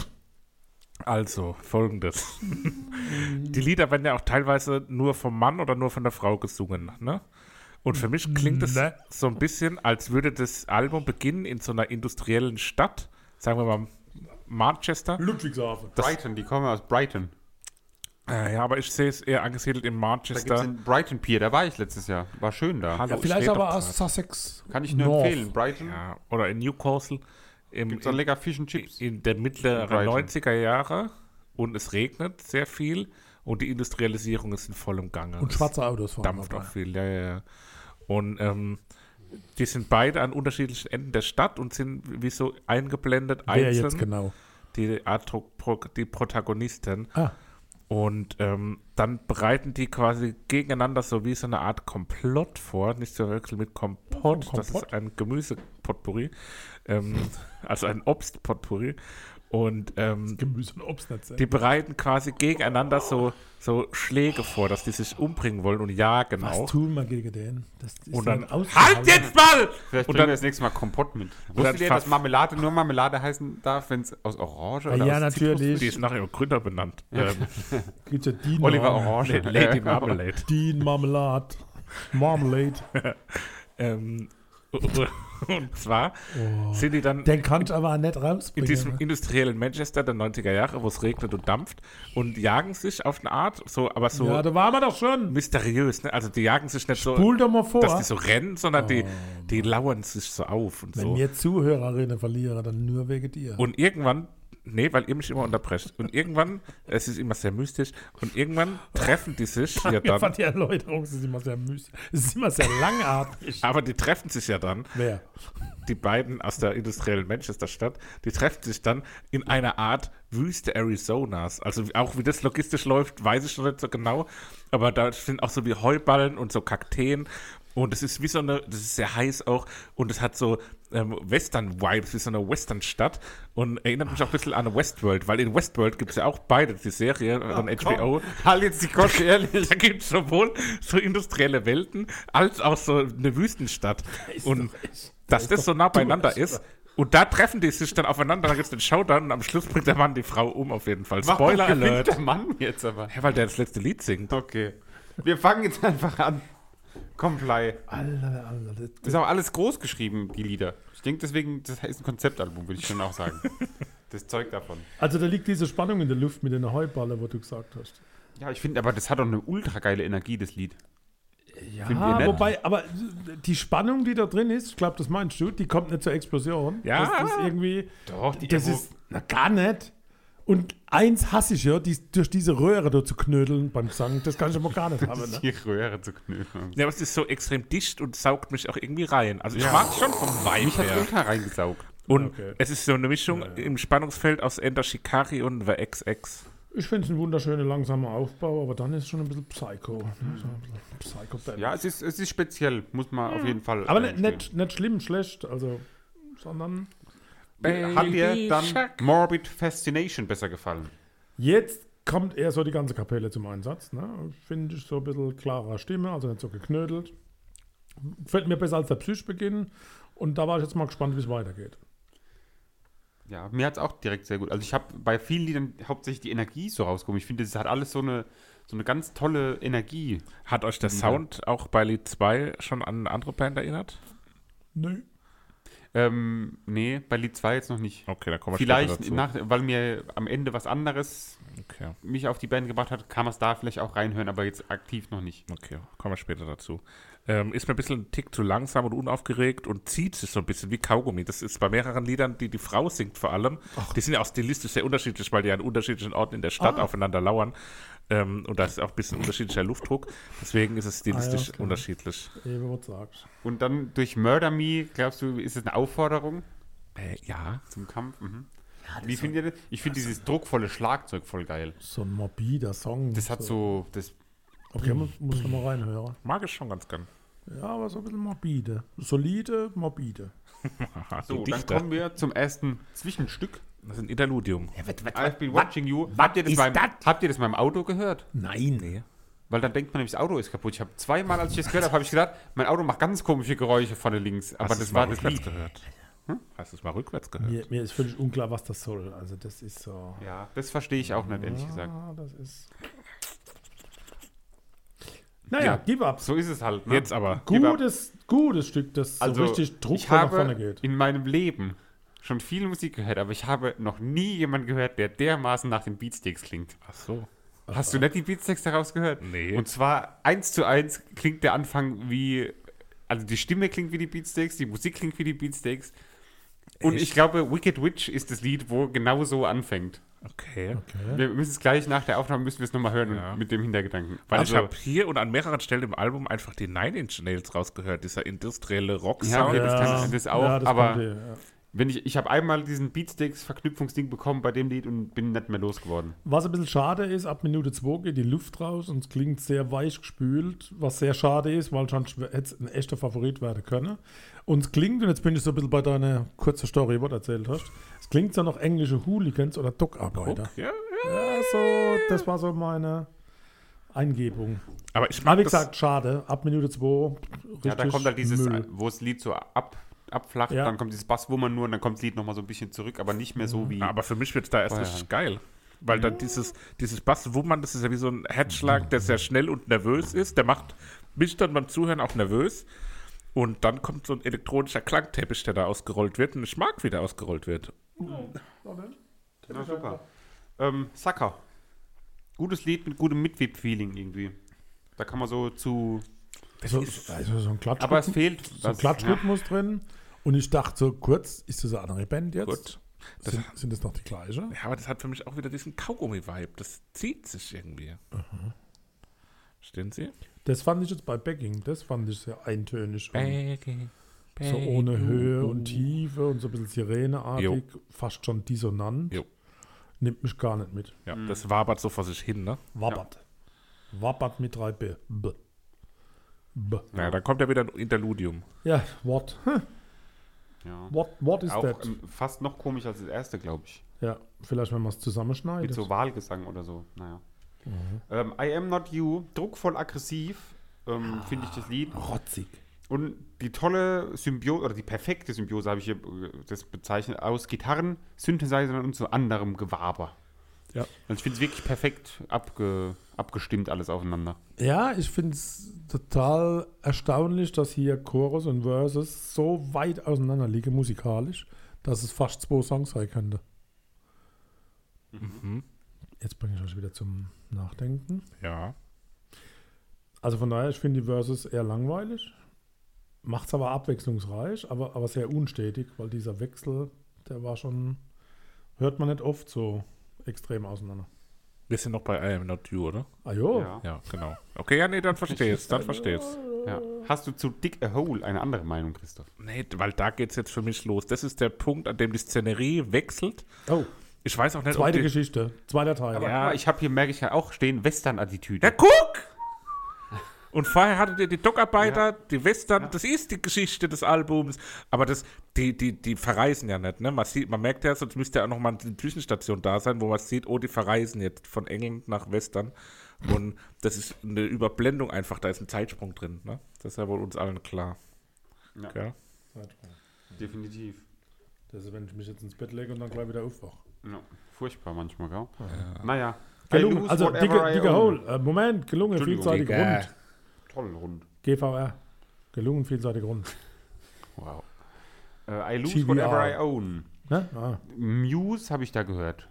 A: also, folgendes. die Lieder werden ja auch teilweise nur vom Mann oder nur von der Frau gesungen, ne? Und für mich klingt es
B: Ne.
A: so ein bisschen, als würde das Album beginnen in so einer industriellen Stadt, sagen wir mal Manchester.
B: Ludwigshafen.
C: Brighton, die kommen aus Brighton.
A: Äh, ja, aber ich sehe es eher angesiedelt in
C: Da gibt es
A: Manchester.
C: den Brighton Pier, da war ich letztes Jahr. War schön da.
A: Hallo,
B: Ja,
A: Oh, ich
B: vielleicht
A: rede doch
B: aber
A: grad.
B: aus Sussex.
C: Kann ich nur
B: North.
C: empfehlen. Brighton
A: Ja, oder in Newcastle im,
C: gibt es dann
A: in,
C: lecker Fish and Chips.
A: in der mittleren
C: Brighton.
A: 90er Jahre und es regnet sehr viel und die Industrialisierung ist in vollem Gange.
B: Und schwarze Autos
A: Es
B: fahren
A: dampft
B: dabei.
A: auch viel, ja, ja. ja. Und ähm, die sind beide an unterschiedlichen Enden der Stadt und sind wie so eingeblendet
B: Wer
A: einzeln.
B: jetzt genau?
A: die, Atro- Pro- die Protagonisten.
B: Ah.
A: Und ähm, dann bereiten die quasi gegeneinander so wie so eine Art Komplott vor. Nicht zu verwechseln mit Kompott.
B: Kompott.
A: Das ist ein Gemüsepotpourri. Ähm, also ein Obstpotpourri. Und ähm,
B: Gemüse und Obst nicht sehr.
A: die bereiten quasi gegeneinander so, so Schläge vor, dass die sich umbringen wollen und jagen
B: Was
A: auch.
B: tun wir gegen den? Das ist
A: Und
B: ja
A: dann,
B: ein Ausschlag.
A: halt jetzt mal!
C: Vielleicht
A: Und
C: bringen
A: dann-
C: wir das nächste Mal Kompott mit.
A: dann
C: Wusstet ihr, dass
A: fast-
C: Marmelade nur Marmelade heißen darf, wenn es aus Orange
B: Ah,
C: oder
B: ja,
C: aus Zitrus-
A: Die
B: natürlich.
A: ist nach ihrem Gründer benannt. Ähm,
B: Gibt ja die
C: Oliver
B: Namen.
C: Orange.
A: Lady Marmalade.
B: Dean Marmelade. Marmalade.
A: ähm, und zwar
B: Oh.
A: sind die dann
B: Den kannst du aber auch nicht
A: in diesem
B: rausbringen.
A: industriellen Manchester der 90er Jahre, wo es regnet und dampft und jagen sich auf eine Art, so, aber so
B: Ja, da waren wir doch schon.
A: mysteriös. Ne? Also die jagen sich nicht so,
B: Spul doch mal vor. Oh.
A: dass die so rennen, sondern die, die lauern sich so auf und
B: Wenn
A: so.
B: wir Zuhörerinnen verlieren, dann nur wegen dir.
A: Und irgendwann, nee, weil ihr mich immer unterbrecht. Und irgendwann, es ist immer sehr mystisch, und irgendwann treffen die sich ja
B: ich
A: dann.
B: fand die Erläuterung es ist immer sehr müßig. Es ist immer sehr langatmig.
A: Aber die treffen sich ja dann,
B: Wer?
A: die beiden aus der industriellen Manchester-Stadt, die treffen sich dann in einer Art Wüste Arizonas. Also auch wie das logistisch läuft, weiß ich noch nicht so genau. Aber da sind auch so wie Heuballen und so Kakteen. Und es ist wie so eine, das ist sehr heiß auch und es hat so ähm, Western-Vibes, wie so eine Western-Stadt und erinnert mich auch ein bisschen an Westworld, weil in Westworld gibt es ja auch beide, die Serie von HBO.
C: Halt jetzt die Kosche, ehrlich.
A: Da gibt es sowohl so industrielle Welten als auch so eine Wüstenstadt. Und dass das so nah beieinander ist. Und da treffen die sich dann aufeinander, da gibt es den Showdown und am Schluss bringt der Mann die Frau um auf jeden Fall.
C: Warum
A: Spoiler
C: gewinnt
A: Alert.
C: der Mann jetzt aber.
A: Ja, weil der das letzte Lied singt.
C: Okay. Wir fangen jetzt einfach an. Comply.
B: Alter, Alter. Das,
C: Das ist auch alles groß geschrieben, die Lieder. Ich denke deswegen, das heißt ein Konzeptalbum, würde ich schon auch sagen. Das Zeug davon.
B: Also da liegt diese Spannung in der Luft mit den Heuballen, wo du gesagt hast.
C: Ja, ich finde, aber das hat doch eine ultra geile Energie, das Lied. Findet ihr
B: Ja,
C: nett?
B: wobei, aber die Spannung, die da drin ist, ich glaube, das meinst du, die kommt nicht zur Explosion.
A: Ja.
B: Das ist irgendwie,
C: Doch, die
B: das ist, na gar nicht. Und eins hasse ich ja, die, durch diese Röhre da zu knödeln beim Gesang, das kann ich aber gar nicht haben. Ne?
C: die Röhre zu knüpfen.
A: Ja, aber es ist so extrem dicht und saugt mich auch irgendwie rein. Also ich mag es schon vom Vibe
C: Hat
A: her.
C: ultra reingesaugt.
A: Und
B: Okay.
A: es ist so eine Mischung im Spannungsfeld aus Ender Shikari und The XX.
B: Ich finde es ein wunderschöner, langsamer Aufbau, aber dann ist es schon ein bisschen Psycho. ne? So ein bisschen Psycho-Band.
C: Ja, es ist, es ist speziell, muss man auf jeden Fall.
B: Hm. aber
C: äh,
B: nicht, nicht, nicht schlimm, schlecht, also, sondern
C: stehen. Hat dir dann Morbid Fascination besser gefallen?
B: jetzt kommt eher so die ganze Kapelle zum Einsatz. Ne? Finde ich so ein bisschen klarer Stimme, also nicht so geknödelt. Gefällt mir besser als der Psych-Beginn und da war ich jetzt mal gespannt, wie es weitergeht.
C: Ja, mir hat es auch direkt sehr gut. Also ich habe bei vielen Liedern hauptsächlich die Energie so rausgekommen. Ich finde, es hat alles so eine, so eine ganz tolle Energie.
A: Hat euch der Sound auch bei Lied 2 schon an eine andere Band erinnert?
B: Nö.
C: Ähm, nee, bei Lied 2 jetzt noch nicht.
A: Okay, da kommen wir später
C: Vielleicht,
A: dazu.
C: nach, weil mir am Ende was anderes
A: okay.
C: mich auf die Band gebracht hat, kann man es da vielleicht auch reinhören, aber jetzt aktiv noch nicht.
A: Okay, kommen wir später dazu. Ähm, ist mir ein bisschen ein Tick zu langsam und unaufgeregt und zieht sich so ein bisschen wie Kaugummi. Das ist bei mehreren Liedern, die die Frau singt vor allem. Die sind ja auch stilistisch sehr unterschiedlich, weil die an unterschiedlichen Orten in der Stadt aufeinander lauern. Ähm, und da ist auch ein bisschen unterschiedlicher Luftdruck. Deswegen ist es stilistisch
B: Ah, ja, okay.
A: unterschiedlich.
B: Eben, was sagst
C: Und dann durch Murder Me, glaubst du, ist es eine Aufforderung
A: Äh, ja.
C: zum Kampf? Mhm. Wie findet ihr das? Ich finde dieses druckvolle Schlagzeug voll geil.
B: So ein morbider Song.
C: Das hat so, das
B: Okay, muss, muss ich noch mal reinhören.
A: Mag ich schon ganz gern.
B: Ja, aber so ein bisschen morbide. Solide, morbide.
A: Haha,
C: So,
A: die
C: dann
A: Dichter.
C: kommen wir zum ersten Zwischenstück.
A: Das ist ein Interludium.
C: I've been watching you. Habt ihr, das
A: ist
C: beim,
A: dat?
C: habt ihr das beim Auto gehört?
B: Nein.
C: Weil dann denkt man nämlich, das Auto ist kaputt. Ich habe zweimal, als ich das gehört habe, habe ich gedacht, mein Auto macht ganz komische Geräusche vorne links. Aber
A: Hast du
C: das
A: es mal
C: war das
A: rückwärts
C: Lied.
A: gehört? Hm? Hast du es mal rückwärts gehört?
B: Mir, mir ist völlig unklar, was das soll. Also das ist so.
C: Ja, das verstehe ich auch nicht, ehrlich gesagt.
B: Ah, das ist. Naja, give up.
C: So ist es halt. Ne?
A: Jetzt aber.
C: Give up.
B: Gutes, gutes Stück, das
C: also,
B: so richtig Druck
C: ich
B: nach
C: habe
B: vorne geht.
C: in meinem Leben schon viel Musik gehört, aber ich habe noch nie jemanden gehört, der dermaßen nach den Beatsteaks klingt.
A: Ach so.
C: Hast du nicht die Beatsteaks daraus gehört?
A: Nee.
C: Und zwar eins zu eins klingt der Anfang wie, also die Stimme klingt wie die Beatsteaks, die Musik klingt wie die Beatsteaks. Und ich glaube, Wicked Witch ist das Lied, wo genau so anfängt.
A: Okay.
B: Okay.
C: Wir müssen es gleich nach der Aufnahme müssen wir es nochmal hören und
A: Ja.
C: mit dem Hintergedanken.
A: Weil
C: Also,
A: ich habe hier und an mehreren Stellen im Album einfach die Nine Inch Nails rausgehört, dieser industrielle
C: Ja,
A: Rock-Sound.
C: okay, das kann- das auch, aber-
B: kommt, ja.
C: Wenn ich ich habe einmal diesen Beatsticks-Verknüpfungsding bekommen bei dem Lied und bin nicht mehr losgeworden.
B: Was ein bisschen schade ist, ab Minute 2 geht die Luft raus und es klingt sehr weich gespült, was sehr schade ist, weil schon hätte es ein echter Favorit werden können. Und es klingt, und jetzt bin ich so ein bisschen bei deiner kurzen Story, was du erzählt hast, es klingt so nach englische Hooligans oder Dock-Arbeiter.
A: Ja,
B: Ja, so, das war so meine Eingebung.
A: Aber ich
B: Aber
A: mag
B: wie
A: das-
B: gesagt, schade, ab Minute 2 richtig
C: Ja, da kommt halt dieses,
B: Müll.
C: wo das Lied so ab, abflacht,
B: Ja.
C: dann kommt dieses Basswummern nur und dann kommt das Lied nochmal so ein bisschen zurück, aber nicht mehr so wie.
A: Aber für mich wird es da erst
C: Vorher
A: richtig geil. Weil dann dieses, dieses Basswummern, das ist ja wie so ein Headschlag, der sehr schnell und nervös ist. Der macht mich dann beim Zuhören auch nervös. Und dann kommt so ein elektronischer Klangteppich, der da ausgerollt wird. Und ich mag, wie der ausgerollt wird.
C: Na, super. Ähm, Sucker. Gutes Lied mit gutem Mitwip-Feeling irgendwie. Da kann man so zu.
B: So, also so ein Klatsch.
C: Aber es fehlt.
B: so ein Klatschrhythmus drin. Und ich dachte so kurz, ist das eine andere Band jetzt?
A: Gut.
B: Sind, sind das noch die gleiche?
A: Ja, aber das hat für mich auch wieder diesen Kaugummi-Vibe. Das zieht sich irgendwie.
C: Mhm.
A: Stehen Sie?
B: Das fand ich jetzt bei Backing, das fand ich sehr eintönig. und so ohne Höhe und Tiefe und so ein bisschen Sireneartig, fast schon dissonant.
A: Jo.
B: Nimmt mich gar nicht mit.
A: Ja, das wabert so vor sich hin, ne?
B: Wappert. Wappert mit 3B. B. B.
A: Ja, dann kommt ja wieder ein Interludium.
B: Ja, what? Huh,
C: Ja.
B: What, what is
C: Auch
B: that?
C: ähm, fast noch komisch als das erste, glaube ich.
B: Ja, vielleicht wenn man es zusammenschneidet.
C: Mit so Wahlgesang oder so. Naja. Ähm, I Am Not You, druckvoll aggressiv, ähm, finde ich das Lied.
B: Rotzig.
C: Und die tolle Symbiose, oder die perfekte Symbiose habe ich hier äh, das bezeichnet, aus Gitarren, Synthesizern und so anderem Gewaber.
B: Ja.
C: Also ich finde es wirklich perfekt abge, abgestimmt alles aufeinander.
B: Ja, ich finde es total erstaunlich, dass hier Chorus und Verses so weit auseinander liegen musikalisch, dass es fast zwei Songs sein könnte.
C: Mhm.
B: Jetzt bringe ich euch wieder zum Nachdenken.
A: Ja.
B: Also von daher, ich finde die Verses eher langweilig, macht es aber abwechslungsreich, aber, aber sehr unstetig, weil dieser Wechsel, der war schon, hört man nicht oft so extrem auseinander.
A: Wir sind noch bei I am not you, oder?
B: Ah jo,
C: Ja.
A: Ja, genau. Okay, ja, nee, dann verstehst, dann verstehst.
C: Ja.
A: Äh.
C: Hast du zu Dick a Hole eine andere Meinung, Christoph?
A: Nee, weil da geht's jetzt für mich los. Das ist der Punkt, an dem die Szenerie wechselt.
B: Oh,
A: Ich weiß auch nicht,
B: zweite
A: ob die...
B: Geschichte, zweiter Teil.
C: Aber
A: Ja.
C: guck mal, ich habe hier, merke ich ja auch, stehen Western-Attitüde.
A: Ja, guck! Und vorher hattet ihr die Dockarbeiter, die Western, das ist die Geschichte des Albums. Aber das, die, die, die verreisen ja nicht, ne? Man, sieht, man merkt ja, sonst müsste ja auch nochmal eine Zwischenstation da sein, wo man sieht, oh, die verreisen jetzt von England nach Western. Und das ist eine Überblendung einfach, da ist ein Zeitsprung drin, ne? Das ist ja wohl uns allen klar.
C: Ja.
A: Gell?
C: Definitiv.
B: Das ist, wenn ich mich jetzt ins Bett lege und dann gleich wieder aufwache.
C: Ja. Furchtbar manchmal, gell? Naja. I
B: Gelungen,
C: lose
B: also
C: whatever
B: dicke,
C: I
B: dicke
C: own.
B: Hole. Äh, Moment, gelungen,
C: Entschuldigung.
B: vielseitig rund.
C: Toll, rund.
B: GVR. Gelungen, vielseitig rund.
C: Wow. Äh, I lose
B: TBR.
C: whatever I own.
B: Ne? Ah,
C: Muse habe ich da gehört.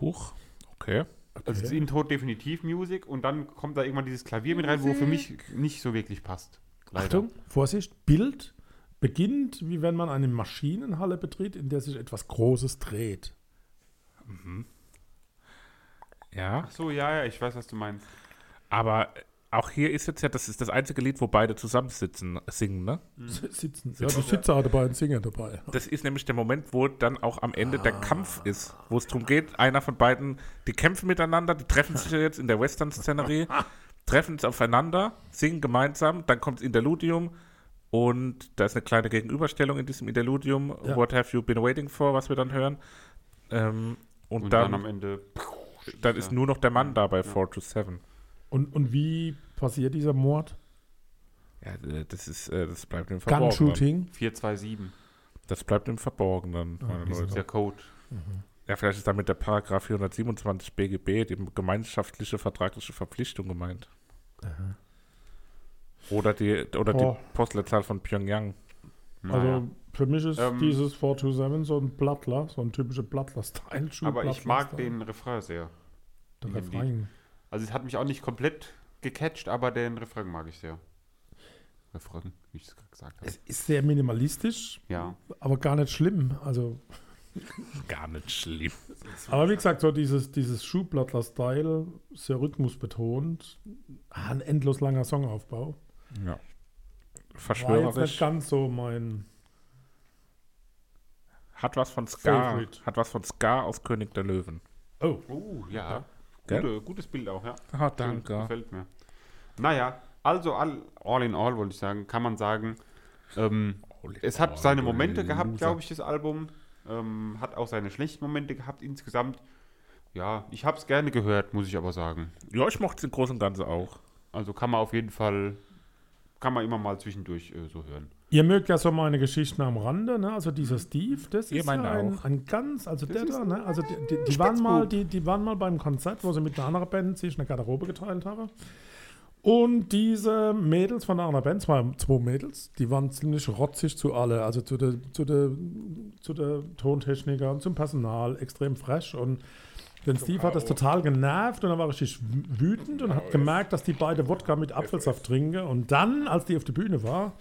A: Hoch. Okay.
C: Also das Intro definitiv Music und dann kommt da irgendwann dieses Klavier mit rein, wo für mich nicht so wirklich passt. Leider.
B: Achtung, Vorsicht, Bild beginnt, wie wenn man eine Maschinenhalle betritt, in der sich etwas Großes dreht.
A: Ja.
C: Ach so, ja, ja, ich weiß, was du meinst.
A: Aber auch hier ist jetzt ja, das ist das einzige Lied, wo beide zusammensitzen, singen, ne?
C: Hm.
B: S sitzen. Ja, die Sitzer hat dabei, ein Singer dabei.
A: Das ist nämlich der Moment, wo dann auch am Ende der Kampf ist, wo es darum geht, einer von beiden, die kämpfen miteinander, die treffen sich ja jetzt in der Western-Szenerie, treffen es aufeinander, singen gemeinsam, dann kommt Interludium und da ist eine kleine Gegenüberstellung in diesem Interludium,
B: Ja.
A: What Have You Been Waiting For, was wir dann hören. Ähm, und,
C: Und
A: dann,
C: dann, am Ende.
A: dann ist nur noch der Mann da bei 4 to 7.
B: Und, und wie passiert dieser Mord?
A: Ja, äh, das ist, äh, das bleibt im
C: ne?
A: Verborgenen.
B: Gunshooting.
C: 427.
A: Das bleibt im Verborgenen, meine
C: Das
A: Leute.
C: ist der Code.
A: Ja, vielleicht ist damit der Paragraph 427 BGB, die gemeinschaftliche vertragliche Verpflichtung gemeint. Oder die oder
B: Oh.
A: die Postleitzahl von Pyongyang.
B: Also
C: Hm. Naja.
B: für mich ist
C: Ähm.
B: dieses 427 so ein Blattler, so ein typischer Blattler-Style. True
C: Aber ich mag
B: Blattler-Style.
C: den Refrain sehr.
B: Der
C: den
B: Refrain.
C: Also es hat mich auch nicht komplett gecatcht, aber den Refrain mag ich sehr. Refrain, wie ich es gerade gesagt habe.
B: Es ist sehr minimalistisch,
C: Ja.
B: aber gar nicht schlimm. Also,
A: Gar nicht schlimm.
B: aber wie gesagt, so dieses, dieses Schublattler-Style, sehr rhythmusbetont, ah, ein endlos langer Songaufbau.
A: Ja.
B: War jetzt nicht
A: Verschwörerisch.
B: ganz so mein.
A: Hat was von Ska.
B: Favorite.
A: Hat was von Ska aus König der Löwen.
B: Oh,
C: Oh, ja.
A: Gell?
C: Gute, gutes Bild auch, ja.
A: Ah,
C: Schön,
A: danke.
C: Gefällt mir. Naja, also all, all in all, wollte ich sagen, kann man sagen, ähm, es hat seine Momente gehabt, glaube ich, das Album. Ähm, hat auch seine schlechten Momente gehabt insgesamt. Ja, ich habe es gerne gehört, muss ich aber sagen.
A: Ja, ich mochte es im Großen und Ganzen auch.
C: Also kann man auf jeden Fall, kann man immer mal zwischendurch äh, so hören.
B: ihr mögt ja so meine Geschichten am Rande, ne? Also dieser Steve, das
A: Mhm. Ihr
B: ist ja
A: meine
B: ein,
A: auch.
B: ein ganz, also der
C: ist
B: da, ne? Also die, die, die waren mal, die, die waren mal beim Konzert, wo sie mit einer anderen Band sich eine Garderobe geteilt haben. Und diese Mädels von einer anderen Band, zwei, zwei Mädels, die waren ziemlich rotzig zu alle, also zu der, zu der, zu der Tontechniker und zum Personal, extrem fresh und denn Steve hat das total genervt und dann war ich richtig wütend und hat gemerkt, dass die beide Wodka mit Apfelsaft trinken. Und dann, als die auf der Bühne war,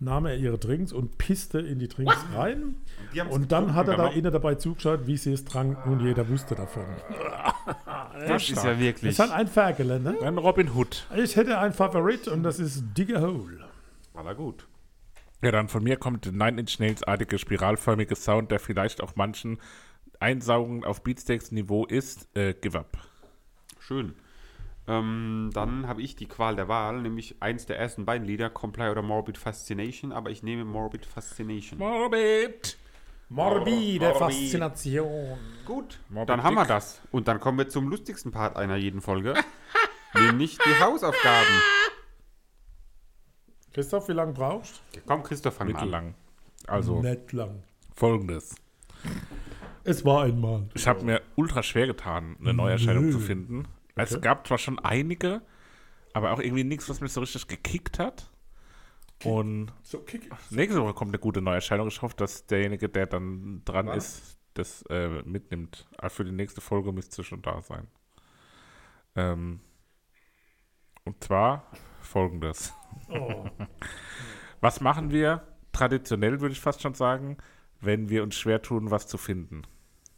B: nahm er ihre Drinks und pisste in die Drinks rein.
C: Die haben's
B: Und dann hat er da
C: getrunken,
B: innen dabei zugeschaut, wie sie es tranken und jeder wusste davon.
C: Das ist ja
B: Das
C: wirklich.
B: ist halt ein Ferkel, ne?
A: Ein Robin Hood.
B: Ich hätte einen Favorit und das ist Digger Hole.
C: Aber gut.
A: Ja, dann von mir kommt der Nine Inch Nails-artige spiralförmige Sound, der vielleicht auch manchen Einsaugen auf Beatsteaks-Niveau ist. Äh, give up.
C: Schön. Ähm, dann habe ich die Qual der Wahl, nämlich eins der ersten beiden Lieder, Comply oder Morbid Fascination, aber ich nehme Morbid Fascination.
A: Morbid!
B: Morbide
C: Morbid.
B: Faszination.
C: Gut,
A: Morbid
C: dann haben wir
A: Dick.
C: das. Und dann kommen wir zum lustigsten Part einer jeden Folge, nämlich die Hausaufgaben.
B: Christoph, wie lange brauchst
C: Komm, Christoph, fang mal an.
A: Mittellang. Also,
B: Nicht lang.
A: folgendes.
B: Es war einmal.
A: Ich habe mir ultra schwer getan, eine Neuerscheinung
B: Mhm.
A: zu finden. Also, Es gab zwar schon einige, aber auch irgendwie nichts, was mich so richtig gekickt hat. Und
B: So kick.
A: nächste Woche kommt eine gute Neuerscheinung. Ich hoffe, dass derjenige, der dann dran ist, das äh, mitnimmt. Aber für die nächste Folge müsste schon da sein. Ähm, und zwar folgendes.
B: Oh.
A: Was machen wir traditionell, würde ich fast schon sagen, wenn wir uns schwer tun, was zu finden?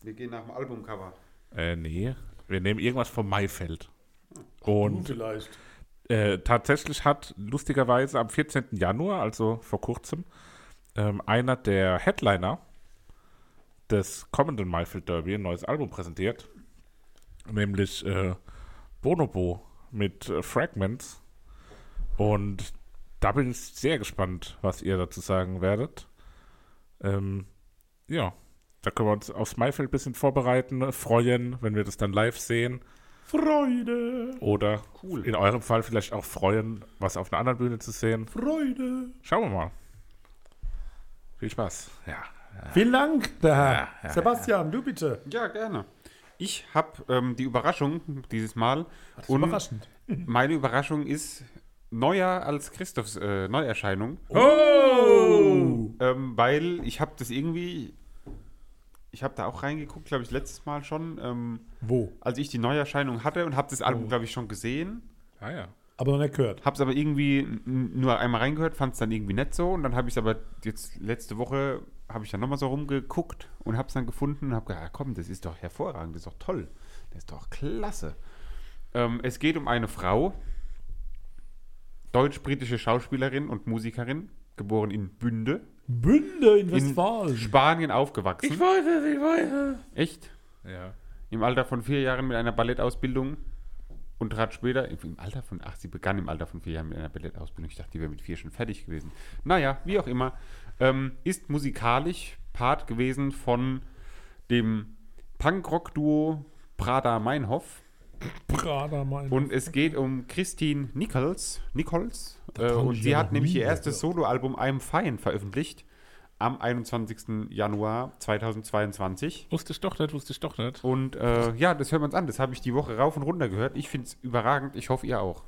C: Wir gehen nach dem Albumcover.
A: Äh, nee. Wir nehmen irgendwas vom Maifeld. Und
B: vielleicht.
A: äh, tatsächlich hat lustigerweise am 14. Januar, also vor kurzem, ähm, einer der Headliner des kommenden Maifeld Derby ein neues Album präsentiert. Nämlich äh, Bonobo mit äh, Fragments. Und da bin ich sehr gespannt, was ihr dazu sagen werdet. Ähm, ja, da können wir uns aufs Maifeld ein bisschen vorbereiten, freuen, wenn wir das dann live sehen.
B: Freude,
A: Oder
C: Cool.
A: in eurem Fall vielleicht auch freuen, was auf einer anderen Bühne zu sehen.
B: Freude.
A: Schauen wir mal. Viel Spaß. Ja.
B: Vielen Dank, der Herr. Sebastian, du bitte.
C: Ja, gerne. Ich habe ähm, die Überraschung dieses Mal. und
B: Überraschend.
C: meine Überraschung ist neuer als Christophs äh, Neuerscheinung.
B: Oh!
C: Ähm, weil ich habe das irgendwie, ich habe da auch reingeguckt, glaube ich, letztes Mal schon, ähm,
B: Wo?
C: als ich die Neuerscheinung hatte und habe das Album, glaube ich, schon gesehen.
A: Ah ja.
B: Aber noch nicht gehört.
C: Habe es aber irgendwie n- nur einmal reingehört, fand es dann irgendwie nett so und dann habe ich es aber jetzt letzte Woche, habe ich dann nochmal so rumgeguckt und habe es dann gefunden und habe gedacht, ah, komm, das ist doch hervorragend, das ist doch toll, das ist doch klasse. Ähm, es geht um eine Frau, deutsch-britische Schauspielerin und Musikerin, geboren in Bünde,
B: Bünde in
C: in
B: Westfalen.
C: Spanien aufgewachsen.
A: weiß es, ich weiß
C: Echt?
A: es. Ja.
C: Im Alter von vier Jahren mit einer Ballettausbildung und trat später, im Alter von, ach, sie begann im Alter von vier Jahren mit einer Ballettausbildung. Ich dachte, die wäre mit vier schon fertig gewesen. Naja, wie auch immer. Ähm, ist musikalisch Part gewesen von dem Punkrock-Duo Prada Meinhof.
B: Prader, mein.
C: Und es geht um Christine Nichols. Nichols äh,
B: hab
C: und
B: ich
C: sie
B: ja
C: hat
B: noch
C: nämlich
B: nie
C: ihr erstes
B: gehört.
C: Soloalbum I'm Fine veröffentlicht am 21. Januar 2022.
A: Wusste ich doch nicht, wusste ich doch nicht.
C: Und äh, ja, das hören wir uns an. Das habe ich die Woche rauf und runter gehört. Ich finde es überragend. Ich hoffe, ihr auch.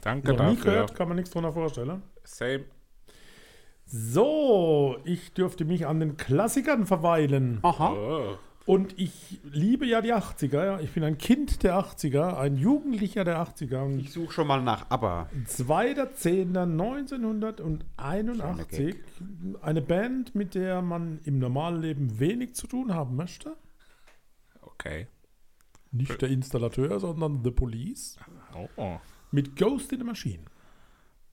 A: Danke
B: Noch nie
A: dafür.
B: gehört, kann man nichts drunter vorstellen.
A: Same.
B: So, ich dürfte mich an den Klassikern verweilen.
C: Aha.
A: Oh.
B: Und ich liebe ja die 80er. ja. Ich bin ein Kind der 80er, ein Jugendlicher der 80er. Und
C: Ich suche schon mal nach Aber.
B: 2.10.1981 eine Band, mit der man im normalen Leben wenig zu tun haben möchte.
A: Okay.
B: Nicht der Installateur, sondern The Police.
A: Oh. oh.
B: Mit Ghost in the Machine.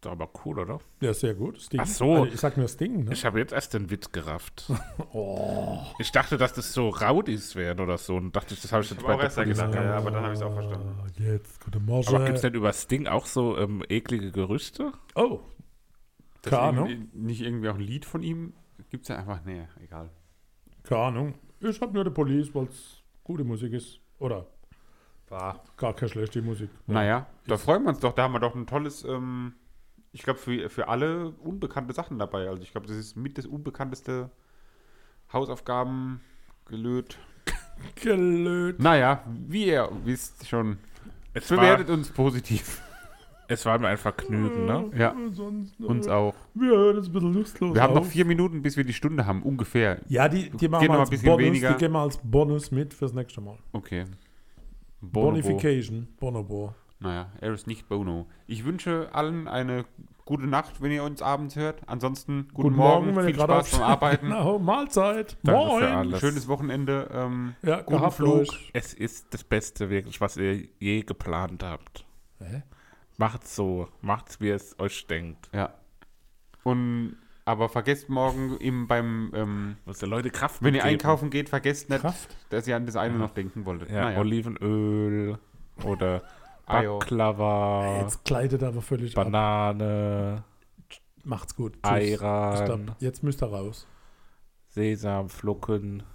A: ist aber cool, oder?
B: Ja, sehr gut. Sting.
A: Ach so.
B: ich sag nur Sting, ne?
A: Ich habe jetzt erst den Witz gerafft.
B: Oh.
A: Ich dachte, dass das so Raudis wären oder so. Und dachte ich, das habe ich
C: Ich
A: jetzt
C: habe auch
A: bei
C: erst da
A: der
C: gedacht,
A: Polizei.
C: ja, aber dann habe ich es auch verstanden.
B: Ah, Jetzt, gute Morgen.
A: Aber gibt es denn über Sting auch so ähm, eklige Gerüchte?
B: oh.
C: Das
B: Keine Ahnung.
C: irgendwie- Nicht irgendwie auch ein Lied von ihm? Gibt es ja einfach, nee, egal.
B: Keine Ahnung. Ich hab nur The Police, weil es gute Musik ist. Oder gar keine schlechte Musik.
C: Naja, da freuen wir uns doch. Da haben wir doch ein tolles, ähm, ich glaube, für, für alle unbekannte Sachen dabei. Also ich glaube, das ist mit das unbekannteste Hausaufgaben gelöt.
B: Gelöt.
C: Naja, wie ihr wisst schon,
A: Es war,
C: bewertet uns positiv.
A: es war mir ein Vergnügen, ne?
B: Hm.
C: Ja.
B: Sonst, äh,
C: Uns auch.
B: Wir hören jetzt ein bisschen lustlos
C: Wir haben noch
B: auf.
C: vier Minuten, bis wir die Stunde haben, ungefähr.
B: Ja, die, die machen
C: Geht
B: wir
C: noch ein
B: als
C: bisschen
B: Bonus,
C: weniger.
B: die gehen wir als Bonus mit fürs nächste Mal.
C: Okay. Bonobo.
B: Bonification. Bonobo.
C: Naja, er ist nicht Bono. Ich wünsche allen eine gute Nacht, wenn ihr uns abends hört. Ansonsten guten, Morgen, viel
B: gerade
C: Spaß
B: auf-
C: beim Arbeiten.
B: Genau, Mahlzeit.
A: Danke
B: Moin.
A: für alles.
C: Schönes Wochenende. Ähm,
B: Ja,
C: Guten
B: gehabt
C: Flug.
B: euch.
A: Es ist das Beste wirklich, was ihr je geplant habt.
B: Hä?
A: Macht's so. Macht's, wie es euch denkt.
C: ja. Und aber vergesst morgen eben beim, ähm,
A: Muss der Leute Kraft
C: wenn ihr
A: mitgeben.
C: einkaufen geht, vergesst nicht,
B: Kraft.
C: dass ihr an das eine noch denken wolltet.
A: Ja,
C: Naja.
A: Olivenöl oder
C: Ajo.
A: Baklava,
B: Jetzt gleitet aber völlig ab.
A: Banane,
B: Macht's gut. Tschüss. Ich
A: Ayran,
B: glaub, jetzt müsst ihr raus.
A: Sesamflocken.